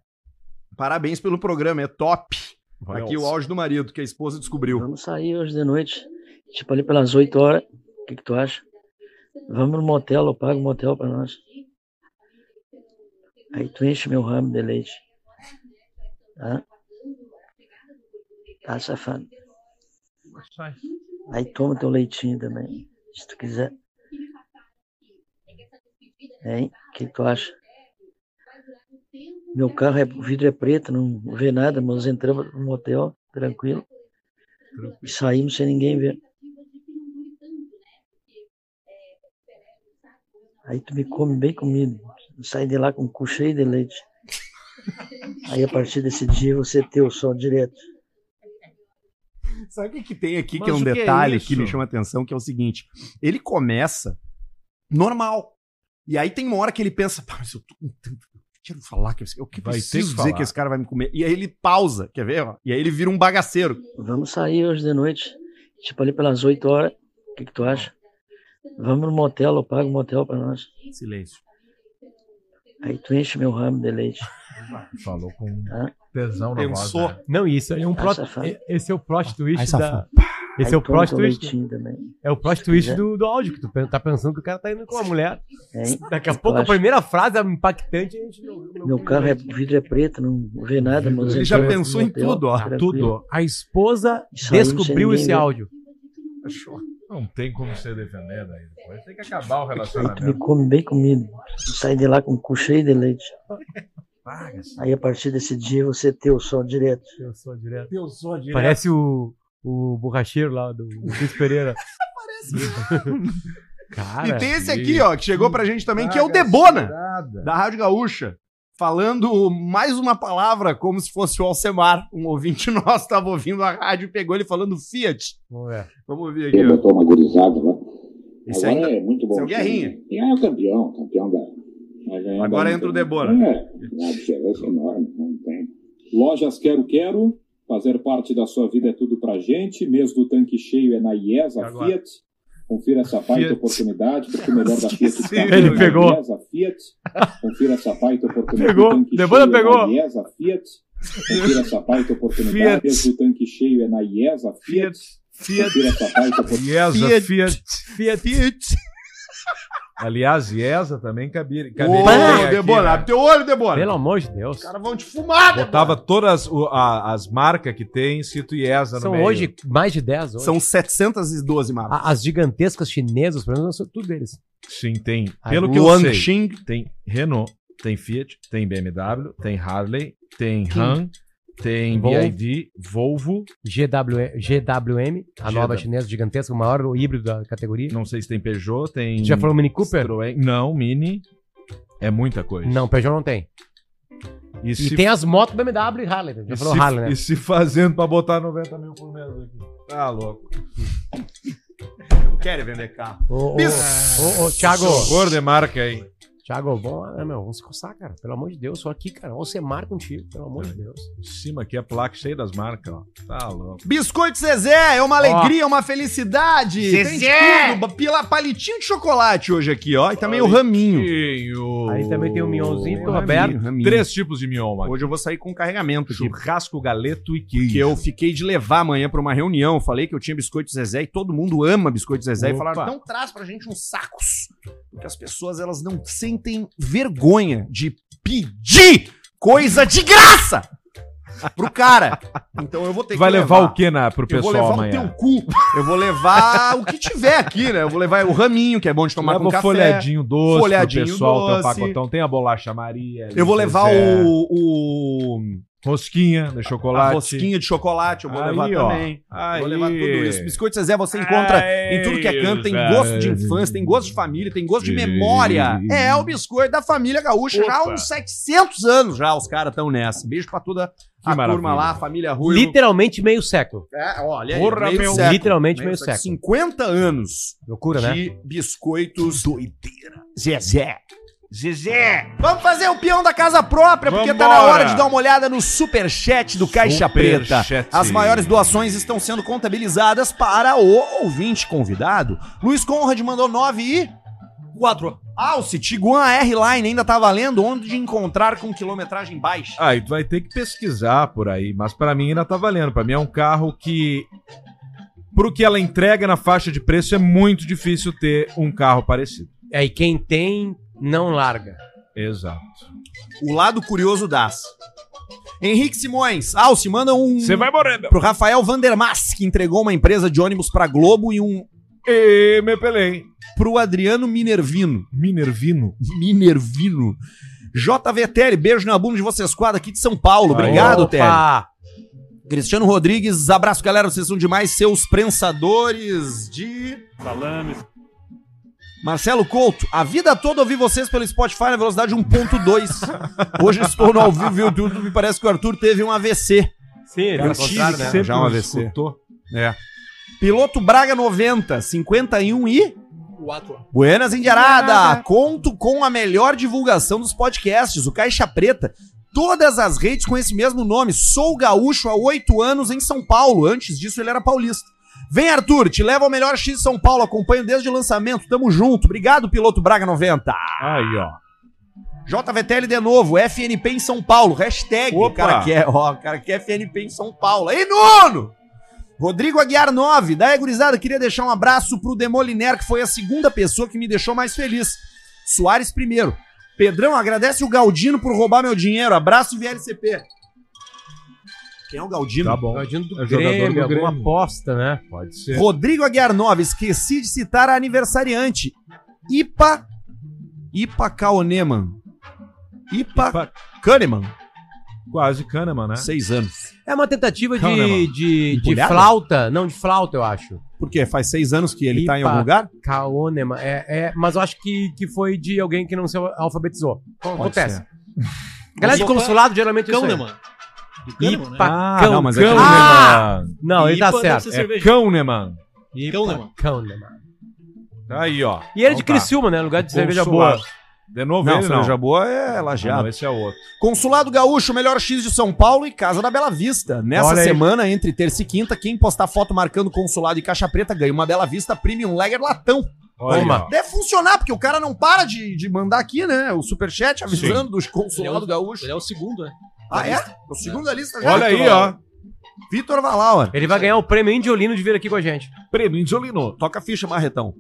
Speaker 1: Parabéns pelo programa, é top. Tá Aqui o áudio do marido que a esposa descobriu.
Speaker 10: Vamos sair hoje de noite, tipo ali pelas 8 horas. O que, que tu acha? Vamos no motel, eu pago um motel pra nós. Aí tu enche meu ramo de leite. Tá? Tá, safado. Aí toma teu leitinho também, se tu quiser. Hein? O que, que tu acha? Meu carro, é, o vidro é preto, não vê nada, mas entramos no motel, tranquilo. E saímos sem ninguém ver. Aí tu me come bem comido. Sai de lá com o cu cheio de leite. Aí a partir desse dia você é teu só direto.
Speaker 1: Sabe o que, que tem aqui
Speaker 2: Mas
Speaker 1: que é um
Speaker 2: o que é
Speaker 1: detalhe
Speaker 2: isso?
Speaker 1: que me chama a atenção, que é o seguinte. Ele começa normal. E aí tem uma hora que ele pensa, pá, mas eu tô com tanta Deixa eu não falar que esse- eu que
Speaker 2: Vai ter que
Speaker 1: preciso dizer
Speaker 2: falar.
Speaker 1: que esse cara vai me comer. E aí ele pausa, quer ver? ó? E aí ele vira um bagaceiro.
Speaker 10: Vamos sair hoje de noite, tipo ali pelas 8 horas. O que, que tu acha? Vamos no motel, eu pago um motel pra nós.
Speaker 1: Silêncio.
Speaker 10: Aí tu enche meu ramo de leite.
Speaker 2: Falou com
Speaker 10: Hã?
Speaker 2: tesão na voz.
Speaker 1: Pensou.
Speaker 2: né?
Speaker 3: Não, isso aí é um plot.
Speaker 10: Essa fala.
Speaker 3: e- Esse é o plot
Speaker 1: Aí,
Speaker 3: twist da.
Speaker 1: safado.
Speaker 3: Esse
Speaker 10: Aí
Speaker 3: é o
Speaker 10: toma
Speaker 3: plot
Speaker 10: teu
Speaker 3: twist.
Speaker 10: leitinho também.
Speaker 3: É o plot twist do, do áudio, que tu pen- tá pensando que o cara tá indo com uma mulher.
Speaker 10: É, Hein?
Speaker 3: Daqui a
Speaker 10: Eu
Speaker 3: pouco a
Speaker 10: acho.
Speaker 3: primeira frase é impactante e a gente não. não-
Speaker 10: Meu
Speaker 3: não-
Speaker 10: carro é o vidro é preto, não vê nada, mas tá
Speaker 1: Ele já pensou em tudo, ó.
Speaker 2: Tudo.
Speaker 3: A esposa
Speaker 10: Isso aí não sei
Speaker 3: descobriu
Speaker 10: ninguém
Speaker 9: é
Speaker 3: esse
Speaker 10: ver.
Speaker 3: áudio.
Speaker 2: Não tem como ser defender daí. Depois tem que acabar o
Speaker 10: Aí tu me
Speaker 2: relacionamento.
Speaker 10: come bem comido. Tu sai de lá com um cu cheio de leite.
Speaker 2: Paga, assim.
Speaker 10: Aí a partir desse dia você é teu só direto.
Speaker 3: Eu sou direto.
Speaker 2: Eu sou direto.
Speaker 3: Parece o, o borracheiro lá do Luiz Pereira. Parece. Cara.
Speaker 1: e tem esse
Speaker 2: que-
Speaker 1: aqui, ó, que chegou pra gente também, que é o
Speaker 2: Paga
Speaker 1: Debona,
Speaker 2: cheirada.
Speaker 1: da Rádio Gaúcha. Falando mais uma palavra como se fosse o Alcemar. Um ouvinte nosso tava ouvindo a rádio e pegou ele falando Fiat.
Speaker 3: Vamos ver.
Speaker 1: Vamos ouvir
Speaker 9: Ele
Speaker 1: aqui. ó.
Speaker 9: botou uma gurizada lá.
Speaker 1: Esse
Speaker 9: Agora
Speaker 1: ainda.
Speaker 9: é muito bom.
Speaker 1: esse é o Guerrinha.
Speaker 9: E é o campeão, campeão da. vai ganhar
Speaker 1: Agora
Speaker 9: da-
Speaker 1: entra o Debora.
Speaker 9: É, uma diferença enorme, não tem. Lojas Quero Quero, fazer parte da sua vida é tudo pra gente. Mês do tanque cheio é na IESA
Speaker 1: Agora.
Speaker 9: Fiat. Confira essa baita
Speaker 2: Fiat.
Speaker 9: oportunidade, porque o melhor da Fiat está
Speaker 1: Esqueci.
Speaker 3: Ele
Speaker 9: na
Speaker 3: pegou.
Speaker 9: IESA Fiat. Confira essa baita oportunidade.
Speaker 3: Pegou.
Speaker 9: do tanque
Speaker 3: Debora
Speaker 9: cheio é
Speaker 3: pegou.
Speaker 9: Na IESA Fiat. Confira essa baita oportunidade,
Speaker 1: Fiat.
Speaker 9: mês do tanque cheio é na IESA Fiat.
Speaker 1: Fiat.
Speaker 9: Confira essa baita oportunidade.
Speaker 2: Iesa,
Speaker 1: Fiat.
Speaker 2: Fiat.
Speaker 1: Fiat.
Speaker 2: Aliás, Iesa também cabia.
Speaker 1: Ô,
Speaker 2: caberia aqui,
Speaker 1: Debora,
Speaker 2: né?
Speaker 1: abre teu olho, Debora.
Speaker 3: Pelo amor de Deus.
Speaker 1: Os caras vão te fumar,
Speaker 2: Botava todas o- a- as marcas que tem, escrito Iesa no
Speaker 3: São
Speaker 2: meio.
Speaker 3: hoje mais de 10 hoje.
Speaker 1: São 712 marcas.
Speaker 3: A- As gigantescas chinesas, pelo menos, são tudo deles.
Speaker 2: Sim, tem.
Speaker 3: A
Speaker 2: Pelo que eu sei,
Speaker 1: Luanxing.
Speaker 2: tem Renault, tem Fiat, tem BMW, tem Harley, tem Ram, tem
Speaker 3: Volvo.
Speaker 2: BID, Volvo,
Speaker 3: GW, GWM, a nova chinesa gigantesca, o maior híbrido da categoria.
Speaker 2: não sei se tem Peugeot, tem...
Speaker 3: Tu Já falou Mini Cooper?
Speaker 2: Citroën. Não, Mini. É muita coisa.
Speaker 3: Não, Peugeot não tem.
Speaker 2: E,
Speaker 3: E
Speaker 2: se,
Speaker 3: tem as motos BMW e Harley. né?
Speaker 2: e,
Speaker 3: Já falou
Speaker 2: se,
Speaker 3: Harley, né?
Speaker 2: e se fazendo pra botar 90 mil por mês aqui. Tá louco.
Speaker 1: Querem vender carro.
Speaker 3: Ô, ô,
Speaker 1: Isso.
Speaker 3: ô, ô, Thiago,
Speaker 2: Horror de é marca aí.
Speaker 3: Thiago, vamos, né, meu, vamos se coçar, cara. Pelo amor de Deus, só aqui, cara. Ó, Você marca contigo, pelo amor
Speaker 2: É.
Speaker 3: de Deus.
Speaker 2: Em cima aqui a placa cheia das marcas, ó. Tá louco.
Speaker 1: Biscoito Zezé, é uma alegria, é uma felicidade. Zezé! Tem tudo. Pila, palitinho de chocolate hoje aqui, ó. E também o raminho.
Speaker 3: Aí também tem um o Mionzinho,
Speaker 1: Tem
Speaker 3: tem o
Speaker 1: raminho,
Speaker 3: Roberto.
Speaker 1: raminho.
Speaker 2: Três tipos de mioma.
Speaker 1: Hoje eu vou sair com carregamento aqui.
Speaker 2: Churrasco, galeto e queijo.
Speaker 1: Que eu fiquei de levar amanhã pra uma reunião. Falei que eu tinha biscoito Zezé e todo mundo ama biscoito Zezé. E
Speaker 2: Opa.
Speaker 1: falaram, então traz pra gente uns sacos. Porque as pessoas, elas não sentem vergonha de pedir coisa de graça pro cara. Então eu vou ter
Speaker 2: Tu vai
Speaker 1: que
Speaker 2: levar o que na, pro
Speaker 1: Eu vou
Speaker 2: pessoal
Speaker 1: levar um o
Speaker 2: amanhã?
Speaker 1: teu cu. Eu vou levar o que tiver aqui, né? Eu vou levar o raminho, que é bom de tomar
Speaker 2: Leva
Speaker 1: com
Speaker 2: o
Speaker 1: café.
Speaker 2: folhadinho doce
Speaker 1: folhadinho
Speaker 2: pro pessoal,
Speaker 1: doce.
Speaker 2: tem o pacotão, tem a bolacha Maria.
Speaker 1: Eu vou levar
Speaker 2: Zezé,
Speaker 1: o, o
Speaker 2: Rosquinha de
Speaker 1: a
Speaker 2: chocolate.
Speaker 1: rosquinha de chocolate, eu vou
Speaker 2: Aí,
Speaker 1: levar
Speaker 2: ó.
Speaker 1: também.
Speaker 2: Aí.
Speaker 1: Vou levar tudo isso. Biscoito Zezé você encontra
Speaker 2: Aí,
Speaker 1: em tudo que é canto. Tem
Speaker 2: Zé.
Speaker 1: gosto de infância, tem gosto de família, tem gosto de memória. É o biscoito da família gaúcha já há
Speaker 2: Opa.
Speaker 1: uns 700 anos já os caras estão nessa. Beijo pra toda a
Speaker 2: maravilha.
Speaker 1: turma lá, a família Rui.
Speaker 3: Literalmente meio século.
Speaker 1: É, olha aí,
Speaker 2: Porra,
Speaker 1: meio
Speaker 2: meu.
Speaker 1: século.
Speaker 3: Literalmente
Speaker 1: Meio
Speaker 3: meio
Speaker 1: século.
Speaker 3: século.
Speaker 1: 50 anos.
Speaker 3: Loucura, né?
Speaker 1: de biscoitos doideira. Zezé. Zezé! Vamos fazer o peão da casa própria, porque tá na
Speaker 2: Vambora.
Speaker 1: hora de dar uma olhada no superchat do Caixa Preta.
Speaker 2: Superchat.
Speaker 1: As maiores doações estão sendo contabilizadas para o ouvinte convidado. Luiz Conrad mandou 9 e. 4. Alce, Tiguan R-Line ainda tá valendo? Onde encontrar com quilometragem baixa?
Speaker 2: Ah, e tu vai ter que pesquisar por aí, mas pra mim ainda tá valendo. Pra mim é um carro que pro que ela entrega na faixa de preço é muito difícil ter um carro parecido.
Speaker 3: Aí É, quem tem, não larga.
Speaker 2: Exato.
Speaker 1: O lado curioso das. Henrique Simões, Alce, manda um.
Speaker 2: Você vai morrer, meu.
Speaker 1: Pro Rafael Vandermas, que entregou uma empresa de ônibus pra Globo e um
Speaker 2: E me pelei.
Speaker 1: pro Adriano Minervino.
Speaker 2: Minervino.
Speaker 1: Minervino. JV Telly, beijo na bunda de vocês quatro aqui de São Paulo. Obrigado,
Speaker 3: Opa!
Speaker 1: Telly. Cristiano Rodrigues, abraço, galera. Vocês são demais, seus prensadores de. Salames. Marcelo Couto, a vida toda ouvi vocês pelo Spotify na velocidade 1.2. Hoje estou no ao vivo e o YouTube parece que o Arthur teve um AVC.
Speaker 3: Sim, ele
Speaker 1: Eu
Speaker 3: é
Speaker 1: tive
Speaker 3: contrário, né?
Speaker 1: sempre
Speaker 2: Já um
Speaker 1: um
Speaker 2: AVC.
Speaker 1: Piloto Braga 90, 51 e
Speaker 4: O Atla.
Speaker 1: Buenas Indiarada, conto com a melhor divulgação dos podcasts, o Caixa Preta. Todas as redes com esse mesmo nome. Sou gaúcho há oito anos em São Paulo. Antes disso, ele era paulista. Vem, Arthur, te leva ao melhor X de São Paulo. Acompanho desde o lançamento. Tamo junto. Obrigado, piloto Braga 90.
Speaker 2: Aí, ó.
Speaker 1: JVTL de novo, FNP em São Paulo, hashtag.
Speaker 2: Opa!
Speaker 1: O cara quer, ó, o cara é quer FNP em São Paulo. Aí, nono! Rodrigo Aguiar 9, daí, gurizada, queria deixar um abraço pro Demoliner, que foi a segunda pessoa que me deixou mais feliz. Soares primeiro. Pedrão, agradece o Galdino por roubar meu dinheiro. Abraço, VLCP. Quem é o Galdino?
Speaker 2: Tá bom.
Speaker 3: Imagino do
Speaker 2: É jogador
Speaker 3: Grêmio,
Speaker 2: do Grêmio.
Speaker 3: alguma aposta, né?
Speaker 2: Pode ser.
Speaker 1: Rodrigo Aguiar 9, esqueci de citar a aniversariante. Ipa. Ipa Kaoneman. Ipa,
Speaker 2: Ipa-
Speaker 1: Kahneman.
Speaker 2: Quase Kahneman, né?
Speaker 1: Seis anos.
Speaker 3: É uma tentativa de,
Speaker 2: Kahneman.
Speaker 3: de, de
Speaker 1: Empolhada?
Speaker 3: flauta. Não, de flauta, eu acho.
Speaker 1: Porque faz seis anos que ele tá em
Speaker 3: Ipa.
Speaker 1: algum lugar?
Speaker 3: Kaonema. É, é, mas eu acho que, que foi de alguém que não se alfabetizou. Acontece. Galera de
Speaker 4: Opa.
Speaker 3: consulado, geralmente é isso aí.
Speaker 4: Kahneman. Do Kahneman, né?
Speaker 3: Ipa,
Speaker 2: Ah,
Speaker 3: cão,
Speaker 1: não, mas é
Speaker 3: cão.
Speaker 1: Kahneman.
Speaker 3: Ah! Não, ele tá
Speaker 4: Ipa deve
Speaker 3: certo.
Speaker 4: ser né,
Speaker 2: É
Speaker 4: cerveja.
Speaker 2: Kahneman.
Speaker 3: Ipa,
Speaker 4: Kahneman.
Speaker 3: Kahneman.
Speaker 2: Aí, ó.
Speaker 3: E ele é de
Speaker 2: Então tá.
Speaker 3: Criciúma, né? Lugar de cerveja boa.
Speaker 2: Consulado. De novo
Speaker 1: Não,
Speaker 2: ele, não. né?
Speaker 1: cerveja boa é
Speaker 2: Ah,
Speaker 1: lajeado.
Speaker 2: não, esse é outro.
Speaker 1: Consulado Gaúcho, melhor X de São Paulo e Casa da Bela Vista. Nessa
Speaker 3: Olha aí.
Speaker 1: semana, entre terça e quinta, quem postar foto marcando consulado e caixa preta ganha uma Bela Vista Premium Lager Latão.
Speaker 2: Olha,
Speaker 3: Toma.
Speaker 2: ó.
Speaker 1: Deve funcionar, porque o cara não para de, de mandar aqui, né? O superchat avisando dos Consulado Gaúcho.
Speaker 4: Ele é o segundo, né?
Speaker 1: Ah, é? O segundo da lista
Speaker 2: Olha aí, ó.
Speaker 1: Vitor Valauer.
Speaker 3: Ele vai ganhar o prêmio indiolino de vir aqui com a gente.
Speaker 2: Prêmio Indiolino.
Speaker 1: Toca a ficha, Marretão.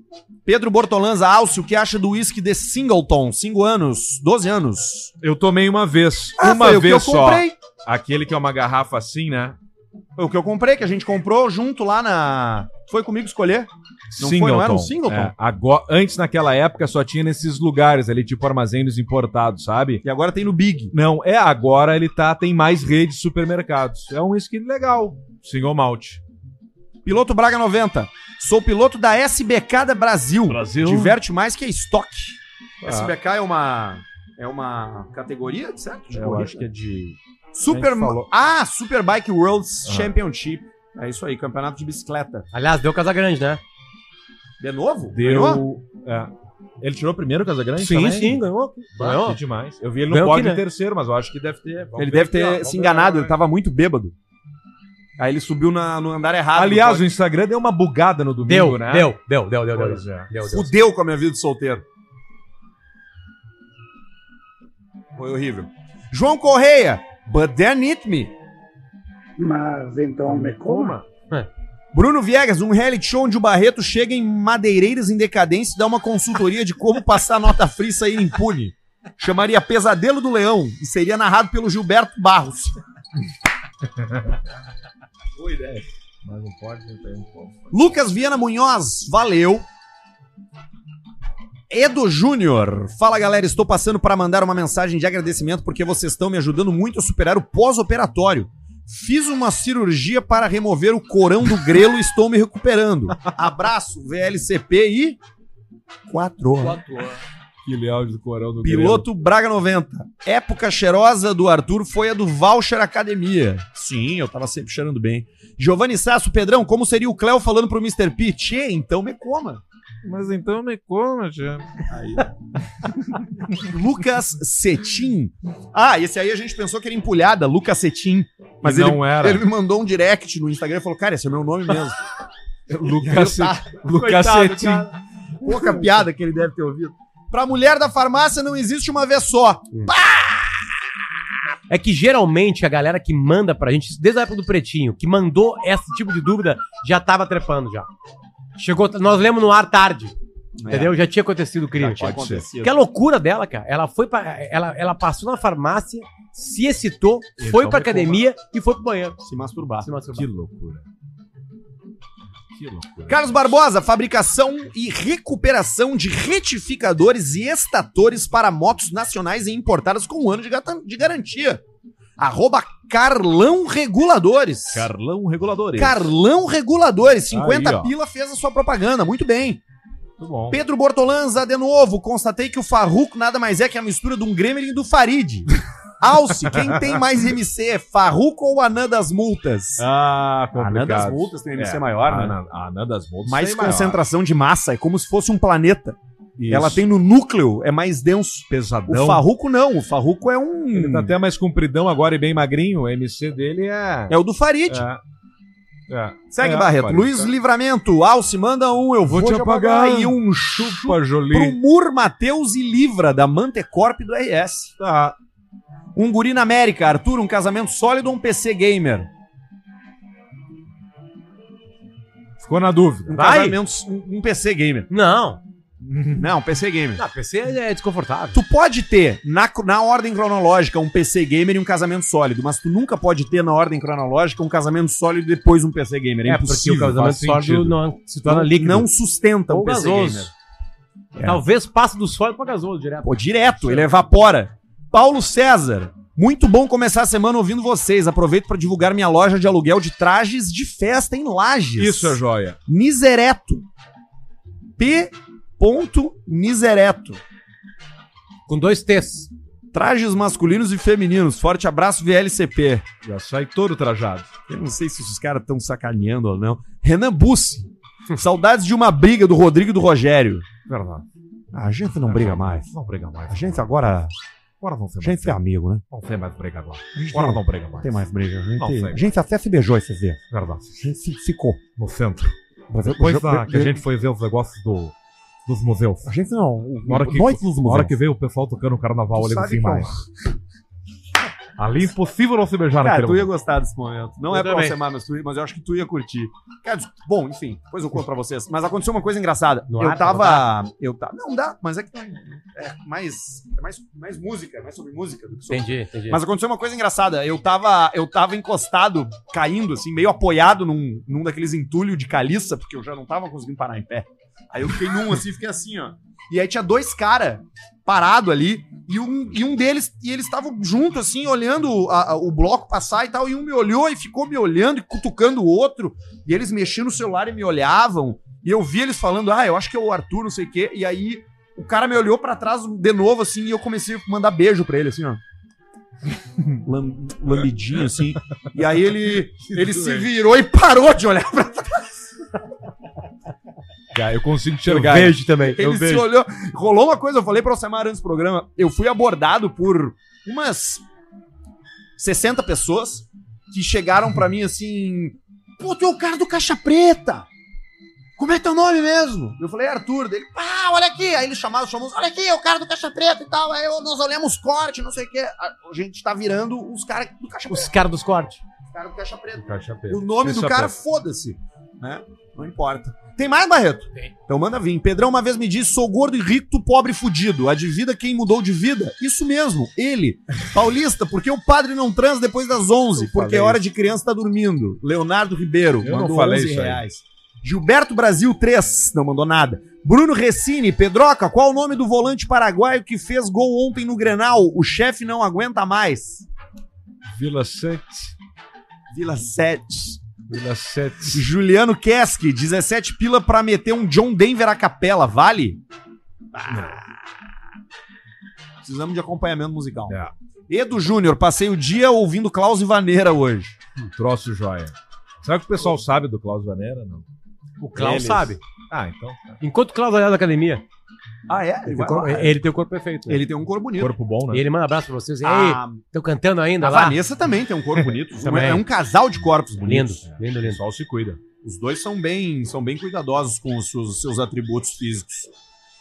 Speaker 1: Pedro Bortolanza, Alcio, o que acha do uísque de Singleton? Cinco anos, 12 anos.
Speaker 2: Eu tomei uma vez.
Speaker 1: Ah,
Speaker 2: uma
Speaker 1: foi o que eu
Speaker 2: vez só.
Speaker 1: comprei.
Speaker 2: Aquele que é uma garrafa assim, né?
Speaker 1: Foi o que eu comprei, que a gente comprou junto lá na. Foi comigo escolher? Não foi, não era um Singleton?
Speaker 2: É, agora, antes, naquela época, só tinha nesses lugares ali, tipo armazém dos importados, sabe?
Speaker 1: E agora tem no Big.
Speaker 2: Não, é agora ele tá, tem mais redes de supermercados. É um skin legal. Single malt.
Speaker 1: Piloto Braga 90. Sou piloto da SBK da Brasil.
Speaker 2: Brasil.
Speaker 1: Diverte mais que a Stock.
Speaker 2: Ah.
Speaker 1: SBK é uma. É uma categoria, certo? De
Speaker 2: Eu
Speaker 1: corrida?
Speaker 2: acho que é de.
Speaker 1: Super...
Speaker 2: A gente falou.
Speaker 1: Ah, Superbike World
Speaker 2: Ah.
Speaker 1: Championship. É isso aí, campeonato de bicicleta.
Speaker 3: Aliás, deu Casa Grande, né?
Speaker 1: De novo? Ganhou?
Speaker 2: Deu. É. Ele tirou primeiro o Casagrande? também?
Speaker 3: ganhou.
Speaker 2: Ganhou?
Speaker 3: Ganhou?
Speaker 2: demais. Eu vi ele no
Speaker 3: Ganhou
Speaker 2: pódio
Speaker 3: aqui,
Speaker 2: em
Speaker 3: né?
Speaker 2: terceiro, mas eu acho que deve ter. vamos
Speaker 1: Ele
Speaker 2: ver
Speaker 1: deve
Speaker 2: aqui, ó.
Speaker 1: ter
Speaker 2: Vamos
Speaker 1: se
Speaker 2: ver,
Speaker 1: enganado,
Speaker 2: vamos
Speaker 1: ele tava muito bêbado. Aí ele subiu na- no andar
Speaker 2: ver.
Speaker 1: errado.
Speaker 2: Aliás,
Speaker 1: do
Speaker 2: o Instagram deu uma bugada no domingo,
Speaker 3: Deu,
Speaker 2: né?
Speaker 3: deu, deu, deu, deu, deu.
Speaker 2: Pois é.
Speaker 3: Deu, deu.
Speaker 1: Fudeu com a minha vida de solteiro. Foi horrível. João Correia, but then it me.
Speaker 10: Mas então me coma.
Speaker 1: Bruno Viegas, um reality show onde o Barreto chega em Madeireiras em decadência e dá uma consultoria de como passar nota fria e sair impune. Chamaria Pesadelo do Leão e seria narrado pelo Gilberto Barros.
Speaker 2: Boa ideia. Mas não pode não tem um pouco.
Speaker 1: Lucas Viana Munhoz, valeu. Edo Júnior, fala galera, estou passando para mandar uma mensagem de agradecimento porque vocês estão me ajudando muito a superar o pós-operatório. Fiz uma cirurgia para remover o corão do grelo e estou me recuperando. Abraço, VLCP e. Quatro. horas.
Speaker 4: Quatro horas.
Speaker 2: Que leal do Corão do
Speaker 1: Piloto Braga 90. Época cheirosa do Arthur foi a do Voucher Academia. Sim, eu tava sempre cheirando bem. Giovanni Sasso, Pedrão, como seria o Cléo falando pro Mr. P? Tchê, então me coma.
Speaker 2: Grêmio. Mas então me coma, tia.
Speaker 1: Lucas Cetim. Ah, esse aí a gente pensou que era empulhada, Lucas Cetim. Mas
Speaker 2: E
Speaker 1: ele,
Speaker 2: não era.
Speaker 1: ele me mandou um direct no Instagram e falou: Cara, esse é meu nome mesmo.
Speaker 2: Lucas
Speaker 1: Eu
Speaker 2: Lucas
Speaker 1: Coitado,
Speaker 2: Cetim.
Speaker 1: cara. Pouca piada que ele deve ter ouvido. Pra mulher da farmácia não existe uma vez só.
Speaker 3: É que geralmente a galera que manda pra gente, desde a época do Pretinho, que mandou esse tipo de dúvida, já tava trepando já. Chegou, nós lemos no ar tarde, entendeu? Já tinha acontecido o crime.
Speaker 2: É. tinha
Speaker 3: Pode ser.
Speaker 1: acontecido.
Speaker 3: Que a loucura dela, cara. Ela foi para ela, ela passou na farmácia, se excitou,
Speaker 2: Então
Speaker 3: foi pra
Speaker 2: me coma.
Speaker 3: academia e foi pro banheiro.
Speaker 1: Se masturbar.
Speaker 3: Se masturbar.
Speaker 2: Que loucura. Que loucura.
Speaker 1: Carlos Barbosa, fabricação e recuperação de retificadores e estatores para motos nacionais e importadas com um ano de, gata- de garantia. Arroba Carlão Reguladores.
Speaker 2: Carlão Reguladores.
Speaker 1: Carlão Reguladores, 50
Speaker 2: Aí, ó.
Speaker 1: pila fez a sua propaganda, muito bem.
Speaker 2: Muito bom.
Speaker 1: Pedro Bortolanza, de novo, constatei que o Farruco nada mais é que a mistura de um Gremlin e do Farid. Alce, quem tem mais MC? é Farruco ou Anã das Multas?
Speaker 2: Ah,
Speaker 1: Anã
Speaker 2: complicado. É,
Speaker 1: das Multas tem MC maior, né?
Speaker 2: Anã, Anã das Multas
Speaker 1: Mais
Speaker 2: tem maior.
Speaker 1: concentração de massa, é como se fosse um planeta.
Speaker 2: Isso.
Speaker 1: Ela tem no núcleo, é mais denso.
Speaker 2: Pesadão.
Speaker 1: O Farruco não, o Farruco é um...
Speaker 2: Ele tá até mais compridão agora e bem magrinho. O MC dele é...
Speaker 1: É o do Farid.
Speaker 2: É. É.
Speaker 1: Segue,
Speaker 2: É,
Speaker 1: Barreto.
Speaker 2: rapaz,
Speaker 1: Luiz
Speaker 2: tá.
Speaker 1: Livramento. Alce, manda um, eu vou, te apagar. E um chupa
Speaker 2: Chupa,
Speaker 1: pro
Speaker 2: Jolie.
Speaker 1: Mur Mateus e Livra, da Mantecorp e do RS.
Speaker 2: Tá.
Speaker 1: Um guri na América. Arthur, um casamento sólido ou um PC gamer?
Speaker 2: Ficou na dúvida.
Speaker 1: Um
Speaker 3: Vai.
Speaker 1: casamento... Um, um PC gamer.
Speaker 3: Não.
Speaker 1: Não, um PC gamer.
Speaker 3: Não, PC é desconfortável.
Speaker 1: Tu pode ter, na, na ordem cronológica, um PC gamer e um casamento sólido, mas tu nunca pode ter, na ordem cronológica, um casamento sólido e depois um PC gamer. É,
Speaker 3: É, porque
Speaker 1: impossível.
Speaker 3: o casamento
Speaker 2: faz sentido.
Speaker 3: sólido não é um se torna
Speaker 1: não,
Speaker 3: líquido.
Speaker 1: não sustenta
Speaker 3: Ou
Speaker 1: um PC
Speaker 3: gasoso.
Speaker 1: gamer.
Speaker 3: É. Talvez passe do sólido pra gasoso direto.
Speaker 1: Pô, direto, ele evapora. Paulo César, muito bom começar a semana ouvindo vocês. Aproveito para divulgar minha loja de aluguel de trajes de festa em Lages.
Speaker 2: Isso é joia.
Speaker 1: Nisereto. P. Ponto Nisereto.
Speaker 3: Com dois T's.
Speaker 1: Trajes masculinos e femininos. Forte abraço, VLCP.
Speaker 2: Já sai todo trajado.
Speaker 1: Eu não sei se os caras estão sacaneando ou não. Renan Bussi. Saudades de uma briga do Rodrigo e do Rogério.
Speaker 2: Verdade.
Speaker 1: A gente não briga mais.
Speaker 2: Não briga mais.
Speaker 1: A gente agora.
Speaker 2: Agora não tem
Speaker 1: A
Speaker 2: mais.
Speaker 1: gente é amigo, né?
Speaker 2: Não tem mais briga agora.
Speaker 1: Agora
Speaker 2: Agora não briga mais.
Speaker 1: Não é- tem mais briga. A
Speaker 2: Não
Speaker 1: gente,
Speaker 2: sei.
Speaker 1: a gente até se beijou esses dias.
Speaker 2: Verdade.
Speaker 1: A gente se ficou.
Speaker 2: No centro.
Speaker 1: Mas eu-
Speaker 2: Depois
Speaker 1: eu-
Speaker 2: da,
Speaker 1: eu-
Speaker 2: é, que a gente foi ver os negócios do, dos museus.
Speaker 1: A gente não. o-
Speaker 2: Na hora que-
Speaker 1: nós nos
Speaker 2: Na
Speaker 1: mudamos.
Speaker 2: hora que veio o pessoal tocando o carnaval
Speaker 1: Tu
Speaker 2: ali no
Speaker 1: sabe
Speaker 2: fim
Speaker 1: que eu-
Speaker 2: mais. Ali impossível não se beijar
Speaker 1: Cara,
Speaker 2: naquele
Speaker 1: Ah, tu ia
Speaker 2: momento.
Speaker 1: gostar desse momento. Não
Speaker 2: Eu
Speaker 1: é pra
Speaker 2: também.
Speaker 1: alcemar, mas, tu ia- mas eu acho que tu ia curtir. Cara, des- bom, enfim, depois eu conto pra vocês. Mas aconteceu uma coisa engraçada.
Speaker 3: No
Speaker 1: eu
Speaker 3: ar, tá
Speaker 1: tava. Eu tava. Não dá, mas é que é mais, é mais, mais música, é mais sobre música do que sobre.
Speaker 3: Entendi, entendi.
Speaker 1: Mas aconteceu uma coisa engraçada. Eu tava, eu tava encostado, caindo, assim, meio apoiado num, num daqueles entulhos de caliça, porque eu já não tava conseguindo parar em pé. Aí eu fiquei num assim, fiquei assim, ó. E aí tinha dois caras parado ali, e um, e um deles, e eles estavam junto, assim, olhando a- a- o bloco passar e tal, e um me olhou e ficou me olhando e cutucando o outro, e eles mexiam no celular e me olhavam, e eu vi eles falando, ah, eu acho que é o Arthur, não sei o quê, e aí o cara me olhou pra trás de novo, assim, e eu comecei a mandar beijo pra ele, assim, ó. Lam- lambidinho, assim. E aí ele, ele se virou e parou de olhar pra
Speaker 2: Cara, eu consigo
Speaker 3: Eu
Speaker 2: enxergar.
Speaker 3: vejo também.
Speaker 1: Ele se olhou. Rolou uma coisa, eu falei pra Alcemar antes do programa. Eu fui abordado por umas 60 pessoas que chegaram pra mim assim: Pô, tu é o cara do Caixa Preta! Como é teu nome mesmo? Eu falei, Arthur. Dele, pá, olha aqui. Aí ele chamava, chamou, olha aqui, é o cara do Caixa Preta e tal. Aí eu- nós olhamos corte, não sei o quê. A a gente tá virando os caras do Caixa Preta.
Speaker 3: Os caras dos cortes.
Speaker 1: Os caras do Caixa Preta.
Speaker 2: Caixa preta.
Speaker 1: O nome
Speaker 2: Isso
Speaker 1: do
Speaker 2: é
Speaker 1: cara,
Speaker 2: preta.
Speaker 1: foda-se. Né? Não importa. Tem mais, Barreto? Tem. Então manda vir. Pedrão uma vez me disse: sou gordo e rico, tu pobre e fudido. A de vida quem mudou de vida? Isso mesmo, ele. Paulista, porque o padre não transa depois das 11?
Speaker 2: Eu
Speaker 1: porque
Speaker 2: falei
Speaker 1: é hora de criança tá dormindo. Leonardo Ribeiro,
Speaker 2: Eu não falei isso aí.
Speaker 1: reais. Gilberto Brasil 3, não mandou nada. Bruno Recine, Pedroca, qual o nome do volante paraguaio que fez gol ontem no Grenal? O chefe não aguenta mais.
Speaker 2: Vila 7.
Speaker 1: Vila 7.
Speaker 2: Vila 7.
Speaker 1: Juliano Keski, 17 pila pra meter um John Denver à capela, vale? Ah. Precisamos de acompanhamento musical.
Speaker 2: É.
Speaker 1: Edu Júnior, passei o dia ouvindo Klaus e Vaneira hoje.
Speaker 2: Um troço joia. Será que o pessoal sabe do Klaus Vaneira? Não.
Speaker 3: O Klaus
Speaker 1: Eles.
Speaker 3: sabe.
Speaker 2: Ah, então.
Speaker 3: Enquanto o Klaus olhava na academia,
Speaker 1: Ah, é?
Speaker 3: ele tem, o cor- ele Ah. tem o corpo perfeito. né?
Speaker 1: Ele tem um corpo bonito.
Speaker 2: Corpo bom,
Speaker 3: E
Speaker 2: né?
Speaker 3: ele manda abraço pra vocês. E aí,
Speaker 1: A,
Speaker 3: estão cantando ainda
Speaker 1: a
Speaker 3: lá?
Speaker 1: Vanessa também tem um corpo bonito.
Speaker 3: Também.
Speaker 1: É um casal de corpos
Speaker 3: Lindo,
Speaker 1: bonitos.
Speaker 3: lindo,
Speaker 2: O
Speaker 3: lindo.
Speaker 2: pessoal se cuida.
Speaker 1: Os dois são bem, são bem cuidadosos com os seus, seus atributos físicos.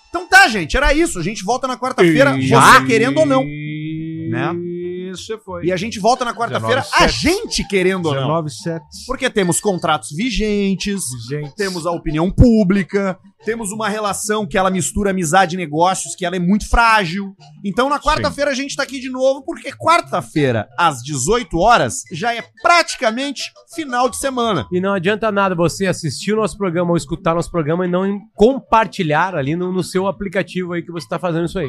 Speaker 1: Então tá, gente, era isso. A gente volta na quarta-feira, você querendo ou não. Né?
Speaker 2: Isso foi.
Speaker 1: E a gente volta na quarta-feira,
Speaker 2: 19,
Speaker 1: a
Speaker 2: sete.
Speaker 1: gente querendo ou não.
Speaker 2: 19 sets.
Speaker 1: Porque temos contratos vigentes,
Speaker 2: Gente.
Speaker 1: temos a opinião pública, temos uma relação que ela mistura amizade e negócios, que ela é muito frágil. Então na quarta-feira a gente tá aqui de novo, porque quarta-feira, às 18 horas, já é praticamente final de semana.
Speaker 3: E não adianta nada você assistir o nosso programa ou escutar nosso programa e não em- compartilhar ali no, no seu aplicativo aí que você tá fazendo isso aí.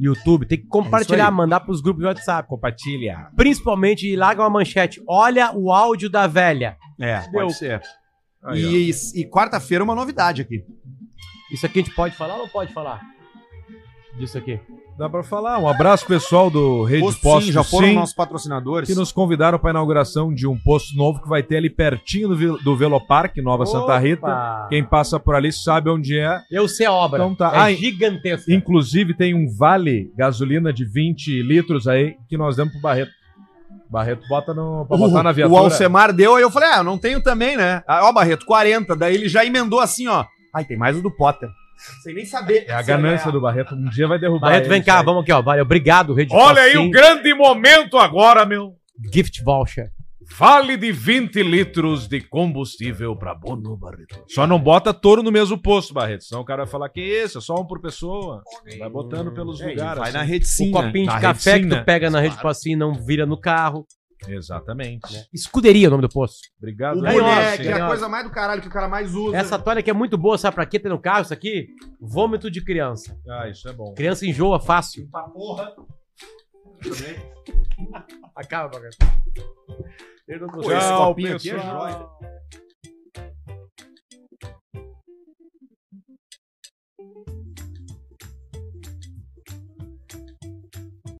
Speaker 3: YouTube,
Speaker 2: É
Speaker 3: tem que compartilhar, mandar pros grupos de WhatsApp.
Speaker 2: Ah, Compartilha.
Speaker 3: Principalmente, e larga uma manchete. Olha o áudio da velha.
Speaker 1: É,
Speaker 3: Deu.
Speaker 1: pode ser.
Speaker 2: Aí, ó.
Speaker 1: E, e quarta-feira é uma novidade aqui.
Speaker 3: Isso aqui a gente pode falar ou não pode falar? Disso aqui.
Speaker 2: Dá pra falar. Um abraço pessoal do Rede
Speaker 1: Posto
Speaker 2: Posto,
Speaker 1: Sim, já foram
Speaker 2: Sim,
Speaker 1: nossos patrocinadores.
Speaker 2: que nos convidaram para a inauguração de um posto novo que vai ter ali pertinho do, Vil- do Veloparque, Nova Santa Rita. Quem passa por ali sabe onde é.
Speaker 3: Eu sei a obra.
Speaker 2: Então tá.
Speaker 3: É
Speaker 2: Ah, e-
Speaker 3: gigantesca.
Speaker 2: Inclusive tem um vale gasolina de 20 litros aí que nós demos pro Barreto. Barreto bota no, pra botar
Speaker 1: O-
Speaker 2: na viatura.
Speaker 1: O Alcemar deu, aí eu falei, ah, eu não tenho também, né? Ah, ó, Barreto, 40. Daí ele já emendou assim, ó. Ai, tem mais o do Potter. Sem nem saber.
Speaker 2: É a ganância do Barreto. Um dia vai derrubar
Speaker 3: Barreto, vem
Speaker 2: ele,
Speaker 3: cá,
Speaker 2: sabe?
Speaker 3: vamos aqui, ó. Valeu, obrigado, Rede
Speaker 2: Olha aí o
Speaker 3: Posto,
Speaker 1: assim.
Speaker 3: sim.
Speaker 2: grande momento agora, meu.
Speaker 3: Gift voucher.
Speaker 2: Vale de 20 litros de combustível pra Bono, Barreto. Só não bota touro no mesmo posto, Barreto. Senão o cara vai falar que esse, é só um por pessoa. Vai botando pelos
Speaker 1: É,
Speaker 2: lugares.
Speaker 1: vai
Speaker 2: assim.
Speaker 1: na rede sim.
Speaker 3: o copinho
Speaker 2: Na
Speaker 3: de
Speaker 2: Rede
Speaker 3: café
Speaker 2: Sim,
Speaker 3: que tu
Speaker 2: né?
Speaker 3: pega na Rede
Speaker 2: Claro.
Speaker 3: Passinho não vira no carro.
Speaker 2: Exatamente.
Speaker 3: Escuderia é o nome do posto.
Speaker 2: Obrigado.
Speaker 1: né? O
Speaker 2: né?
Speaker 1: boné, que é
Speaker 3: Sim.
Speaker 1: a coisa mais do caralho que o cara mais usa.
Speaker 3: Essa toalha que é muito boa, sabe pra quê? Tem no carro isso aqui? Vômito de criança.
Speaker 2: Ah, isso é bom.
Speaker 3: Criança enjoa fácil.
Speaker 1: Pra porra.
Speaker 3: Acaba, cara. Eu não
Speaker 1: Pô, esse
Speaker 2: Tchau,
Speaker 1: copinho aqui é
Speaker 2: pessoal.
Speaker 1: joia.